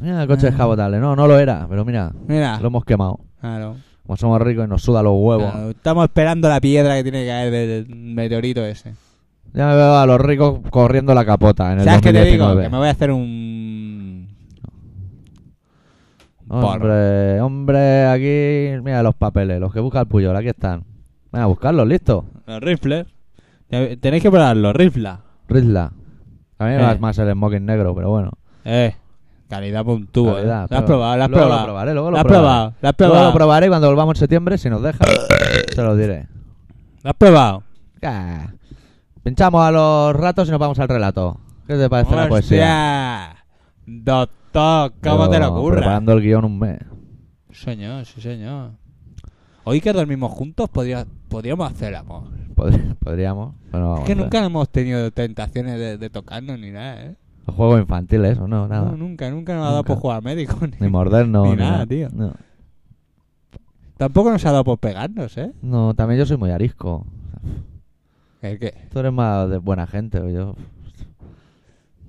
B: Mira, el
A: Ah.
B: coche es cabotable. No, no lo era, pero mira,
A: Mira,
B: lo hemos quemado.
A: claro.
B: Como somos ricos y nos suda los huevos.
A: Claro, Estamos esperando la piedra que tiene que caer del meteorito ese.
B: Ya me veo a los ricos corriendo la capota en el
A: ¿Sabes qué te digo?
B: 2019.
A: Que me voy a hacer un. un porro.
B: Hombre, hombre, aquí, mira los papeles, los que busca el Puyol, aquí están. Ven a buscarlos, listo.
A: Los rifles. Ya- Tenéis que probarlo, rifla.
B: Rizla. A mí me
A: Eh.
B: va más el smoking negro, pero bueno.
A: Eh, calidad por un tubo.
B: Calidad,
A: eh. Lo has
B: prueba.
A: probado, lo
B: Luego lo
A: has probado.
B: probaré, luego lo
A: has
B: probaré.
A: probado, lo has
B: Luego
A: probado.
B: lo probaré y cuando volvamos en septiembre, si nos deja, se lo diré.
A: Lo has probado.
B: Ah. Pinchamos a los ratos y nos vamos al relato. ¿Qué te parece la poesía?
A: Hostia. Doctor, ¿cómo te lo
B: Yo
A: ocurre?
B: Preparando el guión un mes.
A: Señor, sí, señor. Hoy que dormimos juntos podría- podríamos hacer el amor.
B: Podri- Podríamos. pero no
A: Es
B: vamos
A: que
B: a hacer.
A: nunca hemos tenido tentaciones de, de tocarnos ni nada, ¿eh?
B: Juego infantil eso, no, nada.
A: No, nunca, nunca nos ha dado
B: Nunca.
A: por jugar médico. Ni,
B: Ni morder, no.
A: Ni nada, tío.
B: No.
A: Tampoco nos ha dado por pegarnos, ¿eh?
B: No, también yo soy muy arisco.
A: ¿El qué?
B: Tú eres más de buena gente, o yo.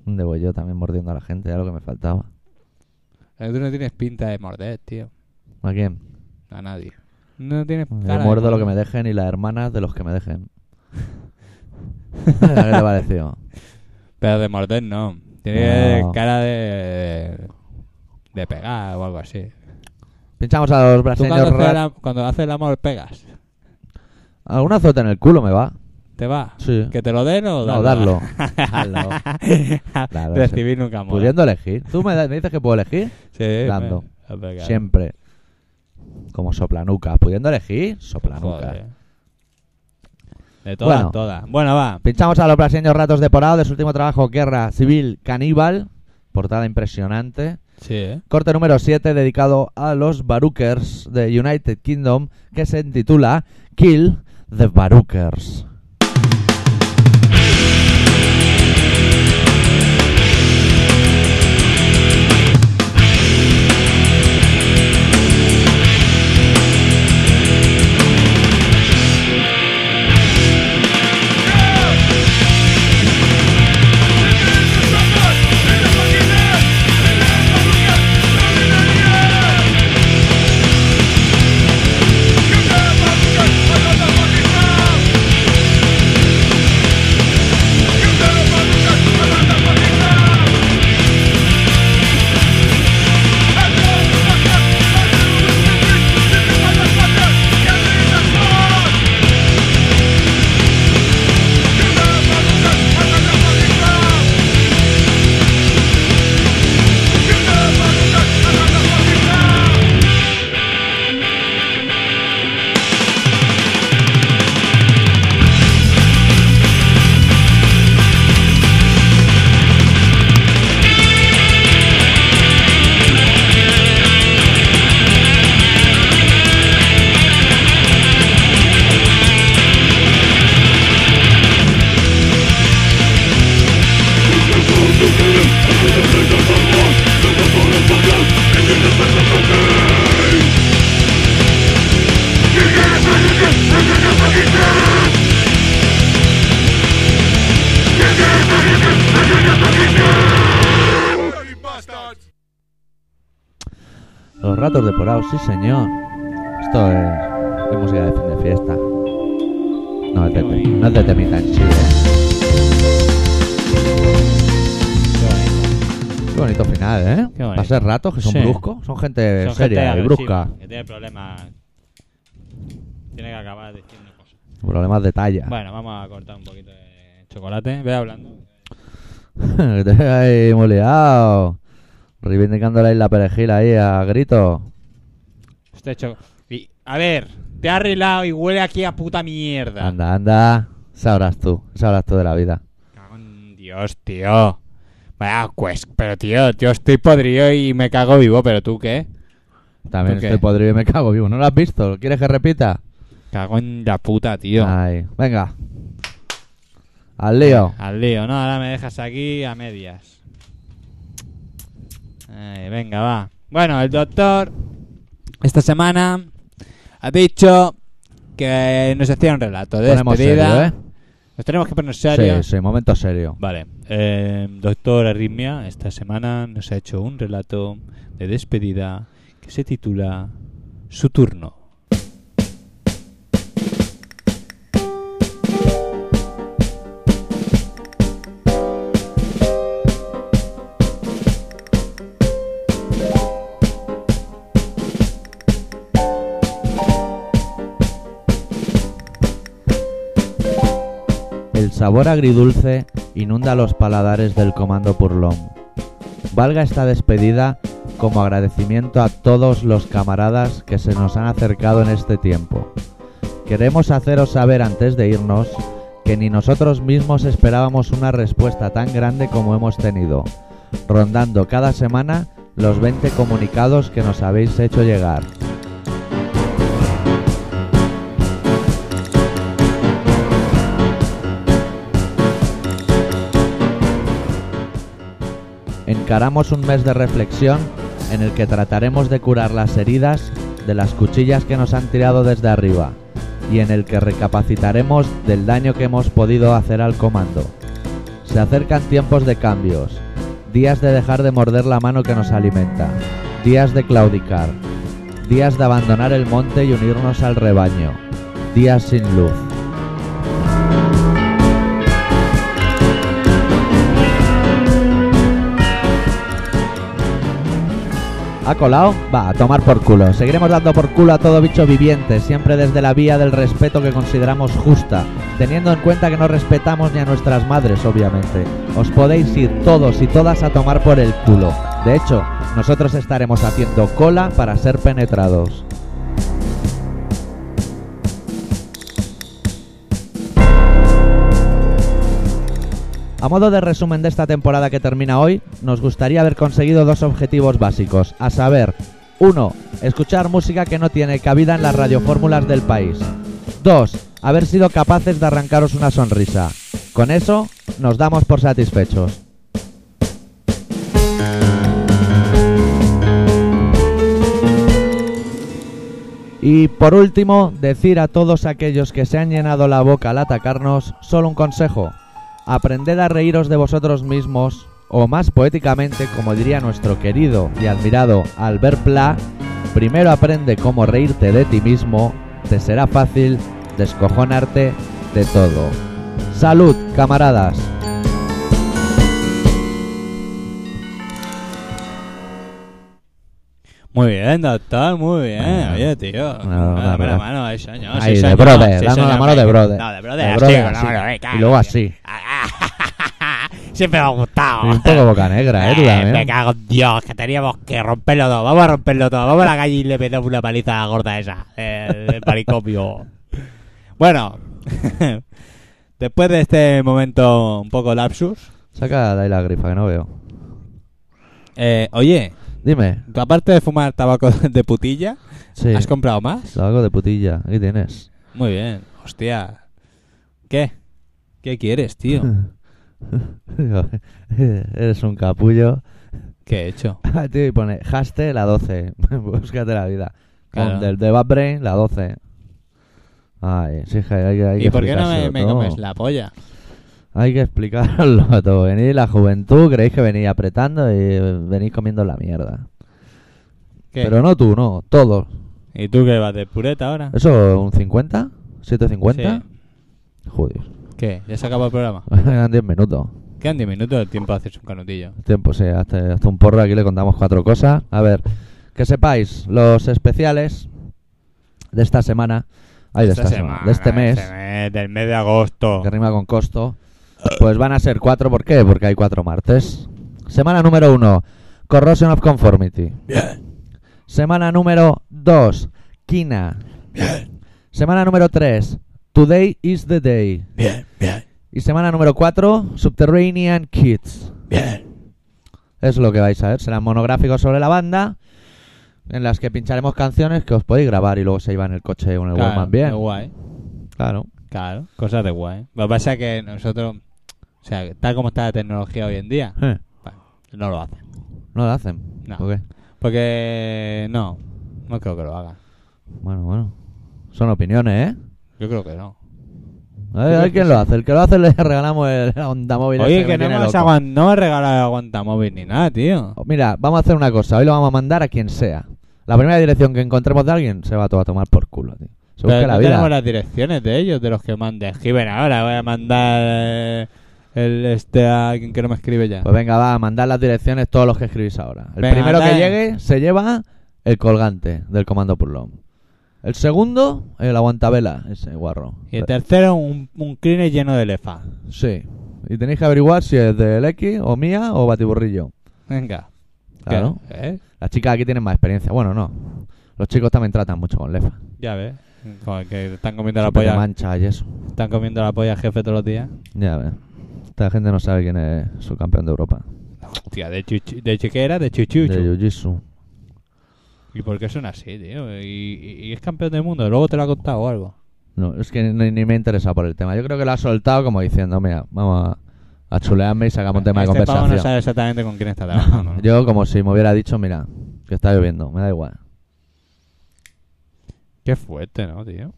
B: ¿Dónde voy yo también mordiendo a la gente? Era lo que me faltaba.
A: Pero Tú no tienes pinta de morder, tío.
B: ¿A quién?
A: A nadie. No tienes cara
B: Yo
A: de
B: muerdo lo que
A: morder.
B: me dejen y las hermanas de los que me dejen. ¿Qué te pareció?
A: Pero de morder no. Tiene
B: No.
A: cara de. de pegar o algo así.
B: Pinchamos a los
A: Tú
B: brasileños.
A: cuando haces, el,
B: ra-
A: am- cuando haces el amor pegas.
B: Algún azote en el culo me va.
A: ¿Te va?
B: Sí.
A: ¿Que te lo den o
B: No, darlo. Darlo.
A: (laughs)
B: Claro,
A: Recibir nunca mola.
B: Pudiendo elegir. ¿Tú me, da- me dices que puedo elegir?
A: Sí,
B: dando.
A: me- a pegar.
B: Siempre. Como soplanucas. Pudiendo elegir, soplanucas.
A: Joder. De todas,
B: Bueno.
A: todas. Bueno, va.
B: Pinchamos a los brasileños ratos de porado de su último trabajo, Guerra Civil Caníbal. Portada impresionante.
A: Sí, ¿eh?
B: Corte número 7 dedicado a los Barookers de United Kingdom que se titula Kill the Barookers. Los ratos de porado, sí señor. Esto es, es música de fin de fiesta. No es de, te- no es de temita en sí, ¿eh? Qué bonito final, ¿eh?
A: Qué bonito.
B: Va a ser ratos que son
A: Sí.
B: bruscos. Son gente
A: Son
B: seria y
A: gente agresiva,
B: brusca.
A: Que tiene problemas. Tiene que acabar diciendo cosas.
B: Problemas de talla.
A: Bueno, vamos a cortar un poquito de chocolate. Ve hablando.
B: Que (laughs) te veo ahí muy liado. Reivindicándole ahí la perejil ahí a grito.
A: Este cho- y- a ver, te ha arreglado y huele aquí a puta mierda.
B: Anda, anda. Sabrás tú. Sabrás tú de la vida.
A: Cago en Dios, tío. Vaya, pues, pero tío, yo estoy podrido y me cago vivo, pero tú qué?
B: También
A: ¿Tú qué?
B: estoy podrido y me cago vivo. ¿No lo has visto? ¿Quieres que repita?
A: Cago en la puta, tío.
B: Ay, venga. Al lío.
A: Al lío, ¿no? Ahora me dejas aquí a medias. Ay, venga, va. Bueno, el doctor esta semana ha dicho que nos hacía un relato de
B: Ponemos
A: despedida.
B: serio, ¿eh?
A: Nos tenemos que poner serios.
B: Sí, sí, momento serio.
A: Vale. eh, doctor Arritmia, esta semana nos ha hecho un relato de despedida que se titula Su turno.
B: El sabor agridulce inunda los paladares del comando Purlón. Valga esta despedida como agradecimiento a todos los camaradas que se nos han acercado en este tiempo. Queremos haceros saber antes de irnos que ni nosotros mismos esperábamos una respuesta tan grande como hemos tenido, rondando cada semana los 20 comunicados que nos habéis hecho llegar. encaramos un mes de reflexión en el que trataremos de curar las heridas de las cuchillas que nos han tirado desde arriba y en el que recapacitaremos del daño que hemos podido hacer al comando. Se acercan tiempos de cambios, días de dejar de morder la mano que nos alimenta, días de claudicar, días de abandonar el monte y unirnos al rebaño, días sin luz. ¿Ha colado? Va, a tomar por culo. Seguiremos dando por culo a todo bicho viviente, siempre desde la vía del respeto que consideramos justa, teniendo en cuenta que no respetamos ni a nuestras madres, obviamente. Os podéis ir todos y todas a tomar por el culo. De hecho, nosotros estaremos haciendo cola para ser penetrados. A modo de resumen de esta temporada que termina hoy, nos gustaría haber conseguido dos objetivos básicos, a saber, 1. Escuchar música que no tiene cabida en las radiofórmulas del país. 2. Haber sido capaces de arrancaros una sonrisa. Con eso, nos damos por satisfechos. Y por último, decir a todos aquellos que se han llenado la boca al atacarnos solo un consejo. Aprended a reíros de vosotros mismos, o más poéticamente, como diría nuestro querido y admirado Albert Pla, primero aprende cómo reírte de ti mismo, te será fácil descojonarte de todo. Salud, camaradas.
A: Muy bien, doctor, muy bien. Oye, tío.
B: no, no,
A: dame la
B: no.
A: mano, ahí, señor.
B: Ahí,
A: sí,
B: de
A: señor,
B: brother,
A: sí,
B: dame
A: señor.
B: la mano de brother.
A: No, de
B: De
A: brother,
B: brother,
A: así,
B: así.
A: con la mano, eh,
B: Y luego
A: cago,
B: así.
A: tío. (laughs) Siempre me ha gustado.
B: Y un poco boca negra, eh, tú
A: Eh, me
B: también.
A: cago en Dios, que teníamos que romperlo todo. Vamos a romperlo todo. Vamos a la calle y le metemos una paliza a la gorda esa. El, el manicomio. (laughs) bueno, (laughs) después de este momento un poco lapsus,
B: Saca de ahí la grifa que no veo.
A: eh, oye,
B: Dime.
A: tú aparte de fumar tabaco (laughs) de putilla,
B: Sí.
A: ¿has comprado más?
B: Algo de putilla. Aquí tienes.
A: Muy bien, hostia. ¿Qué? ¿Qué quieres, tío? (laughs)
B: (laughs) Eres un capullo.
A: ¿Qué he hecho?
B: Ah, tío, y pone haste la 12. (laughs) Búscate la vida.
A: Claro.
B: Con del de Bad Brain la 12. Ay, sí, es que hay, que- hay que
A: ¿Y por qué no me,
B: explicárselo
A: me
B: todo.
A: comes la polla?
B: Hay que explicarlo (laughs) todo. Venís la juventud, creéis que venís apretando y eh, venís comiendo la mierda.
A: ¿Qué?
B: Pero no tú, no, todos.
A: ¿Y tú qué vas de pureta ahora?
B: ¿Eso un 50? ¿750? Joder. (laughs)
A: Sí. ¿Qué? ¿Ya se acabó el programa?
B: Eran 10 minutos.
A: Quedan 10 minutos de tiempo de hacerse un canutillo.
B: Tiempo, sí, hasta, hasta un porro aquí le contamos cuatro cosas. A ver, que sepáis, los especiales de esta semana, ay, de esta, semana, de este mes,
A: del mes de agosto.
B: que rima con costo, pues van a ser cuatro, ¿por qué? Porque hay cuatro martes. Semana número uno, Corrosion of Conformity. Semana número dos, Kina. Semana número tres, Today is the Day.
A: Bien, bien,
B: Y semana número 4, Subterranean Kids.
A: bien.
B: Es lo que vais a ver. Serán monográficos sobre la banda. En las que pincharemos canciones que os podéis grabar y luego se iba en el coche o en el Walkman bien.
A: qué guay.
B: Claro.
A: Claro, cosas de guay. Lo que pasa es que nosotros, o sea, tal como está la tecnología hoy en día,
B: Eh,
A: no lo hacen.
B: No lo hacen.
A: No.
B: ¿O qué?
A: Porque no, no creo que lo hagan.
B: Bueno, bueno. Son opiniones, ¿eh?
A: Yo creo que no.
B: A ver, a ver quién lo hace. El que lo hace le (laughs) regalamos el la onda móvil.
A: Oye,
B: ese
A: que no
B: viene
A: hemos
B: loco.
A: aguan- no hemos regalado aguantamóvil ni nada, tío.
B: Mira, vamos a hacer una cosa. Hoy lo vamos a mandar a quien sea. La primera dirección que encontremos de alguien se va todo a tomar por culo, tío. Se
A: Pero
B: busca
A: no
B: la vida.
A: tenemos las direcciones de ellos, de los que manden. Escriben ahora, voy a mandar eh, el este a quien que no me escribe ya.
B: Pues venga, va, mandad las direcciones todos los que escribís ahora. El
A: Venga,
B: primero que
A: dale.
B: llegue se lleva el colgante del comando Purlón. El segundo, el aguantavela, ese guarro.
A: Y el tercero, un, un cleaner lleno de lefa.
B: Sí. Y tenéis que averiguar si es del X o mía o Batiburrillo.
A: Venga.
B: Claro.
A: ¿Eh?
B: Las chicas aquí tienen más experiencia. Bueno, no. Los chicos también tratan mucho con lefa.
A: Ya ves. Joder, que están comiendo la
B: Siempre te
A: polla.
B: mancha y eso.
A: Están comiendo la polla jefe todos los días.
B: Ya ves. Esta gente no sabe quién es su campeón de Europa.
A: Hostia, de, chuchu- de chiquera, de chuchucho.
B: De Jiu-Jitsu.
A: ¿Y por qué son así, tío? Y, y- y es campeón del mundo. Luego te lo ha contado o algo.
B: No, es que ni, ni me interesa por el tema. Yo creo que lo ha soltado como diciendo, mira, vamos a, a chulearme y sacamos un tema de
A: este pavo
B: conversación.
A: no sabe exactamente con quién está trabajando. ¿no?
B: Yo, como si me hubiera dicho, mira, que está lloviendo, me da igual.
A: Qué fuerte, ¿no, tío?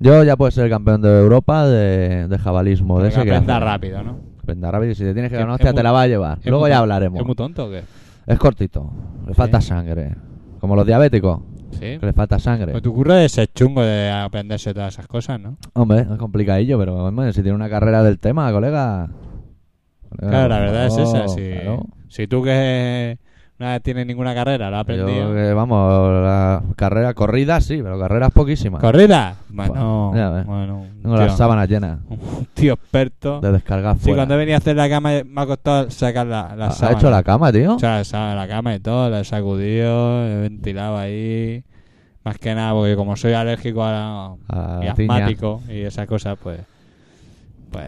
B: Yo ya puedo ser campeón de Europa de, de jabalismo, de
A: Porque
B: ese que
A: aprenda
B: hace.
A: rápido, ¿no?
B: Aprenda rápido y si te tienes que
A: Es-
B: ganar,
A: es
B: hostia, te
A: muy-
B: la vas a llevar.
A: es
B: Luego
A: muy-
B: ya hablaremos.
A: ¿Es muy tonto o qué?
B: Es cortito, le
A: Sí.
B: falta sangre. Como los diabéticos,
A: Sí.
B: que le falta sangre.
A: Pues tu curro es ser chungo de aprenderse todas esas cosas, ¿no?
B: Hombre, es complicadillo, pero hombre, si tiene una carrera del tema, colega. Colega,
A: Claro, la
B: por
A: verdad es
B: favor,
A: esa. Si,
B: claro.
A: si tú que no tienes ninguna carrera, lo has aprendido.
B: Yo, que, vamos, la carrera corrida sí, pero carreras poquísimas.
A: ¿Corrida? Bueno,
B: ya ves.
A: bueno, un
B: Tengo las
A: tío-
B: sábanas llenas
A: un tío experto.
B: de descargar
A: Sí,
B: fuera.
A: cuando he venido a hacer la cama me ha costado sacar la, la
B: Ha- ha
A: sábana.
B: hecho la cama, tío.
A: O sea, la sábana, la cama y todo, la he sacudido, he ventilado ahí. Más que nada, porque como soy alérgico a la-
B: A
A: y
B: la tiña.
A: asmático y esas cosas, pues, pues,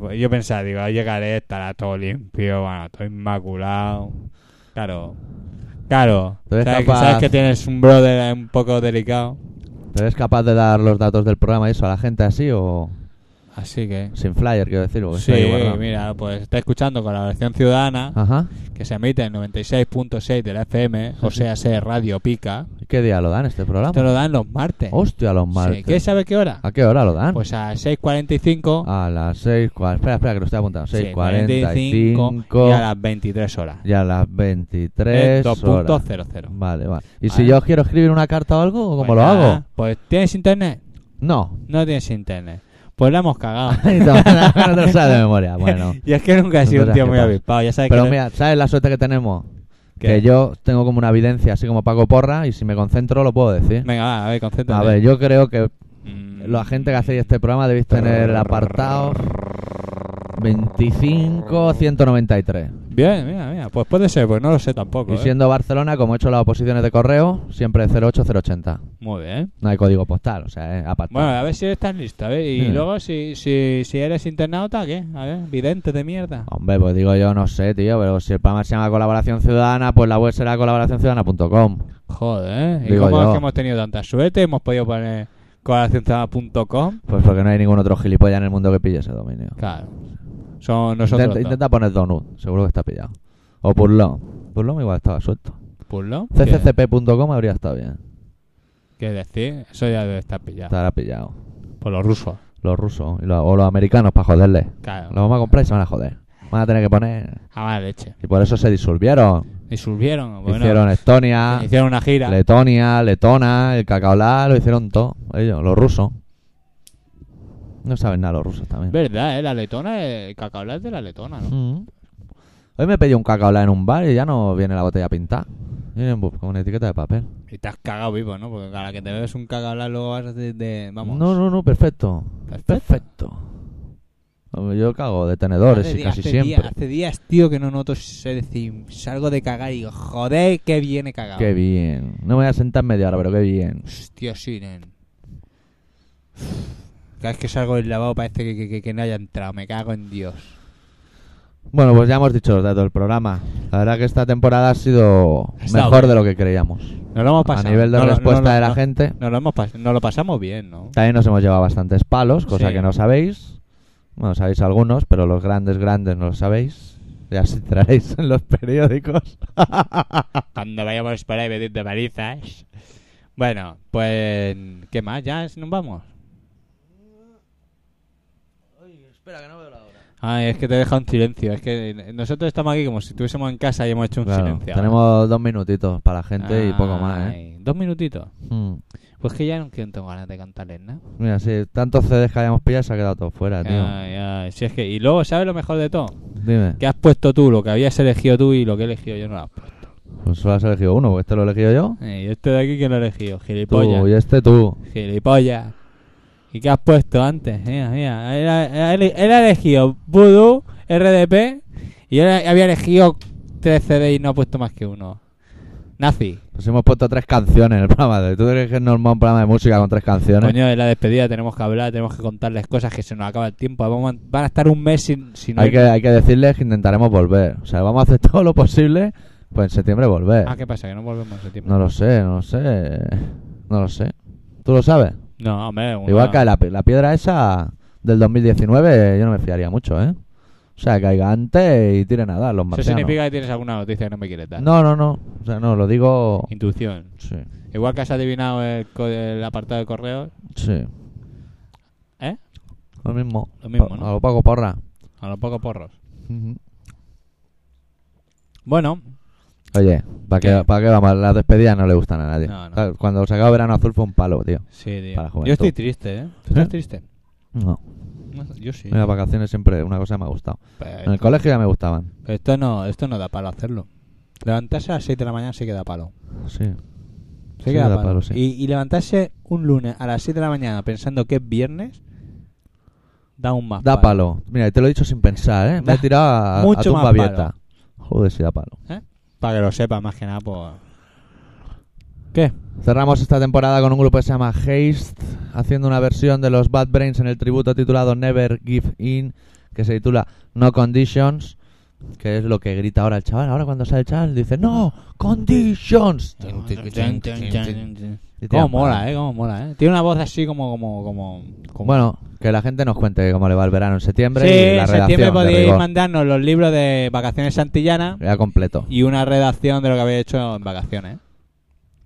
A: pues yo pensaba, digo, ahí llegaré, estará todo limpio, bueno, todo inmaculado. Claro, claro.
B: Tú eres
A: Sabes,
B: capaz-
A: sabes que tienes un brother un poco delicado,
B: ¿Pero ¿Eres capaz de dar los datos del programa y eso a la gente así o
A: así que.
B: sin flyer, quiero decir? porque
A: Sí,
B: está ahí guardado? Ah.
A: mira, pues está escuchando Colaboración Ciudadana,
B: Ajá.
A: que se emite en 96.6 de la FM, o sea, se Radio Pica.
B: ¿Y ¿Qué día lo dan este programa?
A: Te lo dan los martes.
B: Hostia, los
A: Sí,
B: martes.
A: ¿Quieres saber qué hora?
B: ¿A qué hora lo dan?
A: Pues a 6.45.
B: a las 6. cua- Espera, espera, que lo estoy apuntando.
A: sí,
B: 6.45
A: y a Eh, las 23 horas.
B: y a las 23. horas.
A: 2.00.
B: Vale, vale. ¿Y
A: Vale.
B: si yo quiero escribir una carta o algo? ¿o ¿Cómo
A: Pues
B: lo
A: nada,
B: hago?
A: Pues ¿tienes internet?
B: No.
A: No tienes internet. Pues la
B: (laughs)
A: hemos cagado.
B: no, no te lo sabes de
A: (laughs)
B: memoria. Bueno.
A: y es que nunca he sido un
B: Entonces,
A: tío
B: ¿qué
A: muy
B: pasa?
A: avispado. Ya sabes
B: Pero
A: que
B: mira, ¿sabes la suerte que tenemos?
A: ¿Qué?
B: Que yo tengo como una evidencia, así como Paco Porra, y si me concentro lo puedo decir.
A: Venga, va, a ver, concéntrate.
B: eh, A ver, yo creo que
A: Mm.
B: la gente que hacéis este programa debéis tener el apartado 25-193.
A: Bien, mira, mira. Pues puede ser, pues no lo sé tampoco.
B: Y
A: ¿eh?
B: siendo Barcelona, como he hecho las oposiciones de correo, siempre 08080.
A: Muy bien.
B: No hay código postal, o sea, es apartado.
A: Bueno, a ver si estás listo, a ver. Y
B: Sí.
A: luego, si, si, si eres internauta, ¿qué? A ver, vidente de mierda.
B: Hombre, pues digo yo, no sé, tío, pero si el programa se llama Colaboración Ciudadana, pues la web será colaboracionciudadana.com.
A: Joder, ¿eh? ¿y
B: Digo
A: cómo es
B: yo.
A: que hemos tenido tanta suerte? Hemos podido poner colaboracionciudadana.com.
B: Pues porque no hay ningún otro gilipollas en el mundo que pille ese dominio.
A: Claro. Son nosotros.
B: Intenta,
A: dos.
B: intenta poner Donut, seguro que está pillado. O Purlón. Purlón igual estaba suelto.
A: Pulo, ¿qué-
B: cccp.com habría estado bien.
A: ¿Qué decir? Eso ya debe estar pillado.
B: Estará pillado.
A: Por los rusos.
B: Los rusos y los- o los americanos para joderles.
A: Claro.
B: Lo vamos a comprar y se van a joder. Van a tener que poner.
A: A mala leche.
B: Y por eso se disolvieron.
A: Y surgieron. Bueno,
B: hicieron Estonia,
A: hicieron una gira.
B: Letonia, Letona, el Cacaolá, lo hicieron todo. Ellos, los rusos. No saben nada los rusos también.
A: Verdad, ¿eh? La letona, el cacao es de la letona, ¿no?
B: Mm. Hoy me pedí un Cacaolá en un bar y ya no viene la botella pintada. Vienen bu- con etiqueta de papel.
A: Y te has cagado vivo, ¿no? Porque cada que te bebes un cacao luego vas a decir de... Vamos.
B: No, no, no, perfecto.
A: Perfecto.
B: Perfecto. Hombre, Yo cago de tenedores
A: Hace
B: y
A: día-
B: casi
A: hace
B: siempre.
A: día- hace días, tío, que no noto ese decir, salgo de cagar y digo, joder, que viene cagado.
B: Qué bien. No me voy a sentar media hora, pero qué bien.
A: Hostia, sí, nen. Cada vez que salgo del lavabo parece que, que- que- que no haya entrado, me cago en Dios.
B: Bueno, pues ya hemos dicho los datos del programa. La verdad que esta temporada ha sido
A: Ha estado
B: mejor
A: bien.
B: de lo que creíamos.
A: Nos lo hemos
B: A
A: pasado.
B: nivel de
A: No lo-
B: respuesta
A: no lo-
B: de la
A: no-
B: gente,
A: Nos lo, hemos pas- nos lo pasamos bien, ¿no?
B: también nos hemos llevado bastantes palos, cosa
A: Sí.
B: que no sabéis. Bueno, sabéis algunos, pero los grandes, grandes no los sabéis. Ya si traéis en los periódicos.
A: Cuando vayamos por ahí venir de palizas. Bueno, pues... ¿Qué más? ¿Ya nos vamos? Ay, es que te deja un silencio. Es que nosotros estamos aquí como si estuviésemos en casa y hemos hecho (laughs) un
B: Claro,
A: silencio. ahora.
B: tenemos dos minutitos para la gente y poco más, ¿eh?
A: Ay, Dos minutitos.
B: Mm.
A: Pues que ya no quiero- tengo ganas de cantarles, ¿no?
B: Mira, sí, tantos CDs que habíamos pillado se ha quedado todo fuera, tío.
A: Ay, ay, si es que, y luego, ¿sabes lo mejor de todo?
B: Dime,
A: Que has puesto tú, lo que habías elegido tú y lo que he elegido yo no lo has puesto.
B: pues solo has elegido uno, porque este lo he elegido yo.
A: Eh, y este de aquí, ¿quién lo ha elegido?
B: Tú,
A: Gilipollas.
B: y este tú.
A: Gilipollas. ¿Y qué has puesto antes? Mira, mira. Él, ha- él- él ha elegido Voodoo, RDP y él había elegido 3 CD y no ha puesto más que uno. Nazi.
B: Pues hemos puesto tres canciones en el programa. de hoy. ¿Tú crees que es normal un programa de música con tres canciones?
A: Coño, es la despedida, tenemos que hablar, tenemos que contarles cosas que se nos acaba el tiempo. Vamos a- van a estar un mes sin, sin
B: hay, que,
A: oírnos.
B: hay que decirles que intentaremos volver. O sea, vamos a hacer (laughs) todo lo posible, pues en septiembre volver.
A: Ah, ¿qué pasa? Que no volvemos en septiembre.
B: No lo sé, no lo sé. No lo sé. ¿Tú lo sabes?
A: No, hombre, una-
B: Igual que la, pi- la piedra esa del 2019, yo no me fiaría mucho, ¿eh? O sea, caiga antes y tiren a dar los
A: Eso
B: marcianos.
A: significa que tienes alguna noticia que no me quieres dar.
B: No, no, no. O sea, no, lo digo...
A: Intuición.
B: Sí,
A: Igual que has adivinado el, co- el apartado de correo,
B: sí.
A: ¿eh?
B: Lo mismo.
A: Lo mismo, ¿no?
B: A lo Paco Porra.
A: A los pocos porros.
B: Ujú.
A: Bueno,
B: Oye, ¿para qué,
A: ¿Qué?
B: pa' qué vamos? Las despedidas no le gustan a nadie.
A: No, no.
B: Tal, Cuando sacaba Verano Azul fue un palo, tío.
A: sí, tío.
B: Para la juventud.
A: Yo estoy triste, ¿eh? ¿Tú estás
B: ¿Eh?
A: triste?
B: No.
A: No, yo sí.
B: En las vacaciones siempre una cosa me ha gustado. En
A: Pero
B: el colegio ya me gustaban.
A: esto, no, esto no da palo hacerlo. Levantarse a las 6 de la mañana sí que da palo.
B: Sí.
A: Sí
B: Sí,
A: que da
B: da
A: palo.
B: palo, sí.
A: y, y levantarse un lunes a las 6 de la mañana pensando que es viernes da un más
B: Da palo. Mira, te lo he dicho sin pensar, ¿eh? Me
A: Da
B: he tirado a, a
A: mucho
B: tumba
A: más palo.
B: abierta. Joder, si da palo.
A: Para que lo sepa, más que nada, pues, por... ¿Qué?
B: Cerramos esta temporada con un grupo que se llama Haste, haciendo una versión de los Bad Brains en el tributo titulado Never Give In, que se titula No Conditions, que es lo que grita ahora el chaval. Ahora cuando sale el chaval dice No Conditions.
A: eh,
B: Y tira un
A: Cómo
B: palo.
A: mola, eh, cómo mola, eh. Tiene una voz así como, como, como, como-
B: Bueno, que la gente nos cuente cómo le va el verano en septiembre
A: sí,
B: y la
A: en septiembre
B: redacción de
A: podéis
B: rigor.
A: mandarnos los libros de vacaciones santillanas
B: Ya completo,
A: y una redacción de lo que habéis hecho en vacaciones, ¿eh?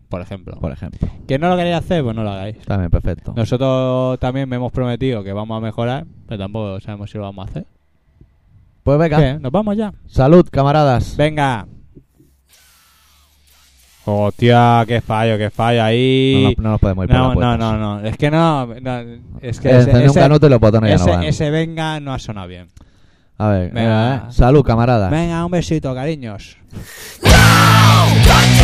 A: por ejemplo.
B: por ejemplo.
A: Que no lo queréis hacer, pues no lo hagáis.
B: También perfecto.
A: Nosotros también me hemos prometido que vamos a mejorar, pero tampoco sabemos si lo vamos a hacer.
B: Pues venga,
A: ¿Qué? ¿Nos vamos ya?
B: salud, camaradas.
A: Venga. Hostia, qué fallo, qué fallo
B: No,
A: ahí.
B: nos- no nos podemos ir por
A: No,
B: las
A: no,
B: puertas.
A: no, no. Es que no. no, es que
B: Encendí
A: ese,
B: un
A: ese-
B: canuto y los botones ya
A: ese-
B: no van.
A: ese venga no ha sonado bien.
B: A ver,
A: Venga.
B: eh, salud, camaradas.
A: Venga, un besito, cariños.
C: Touch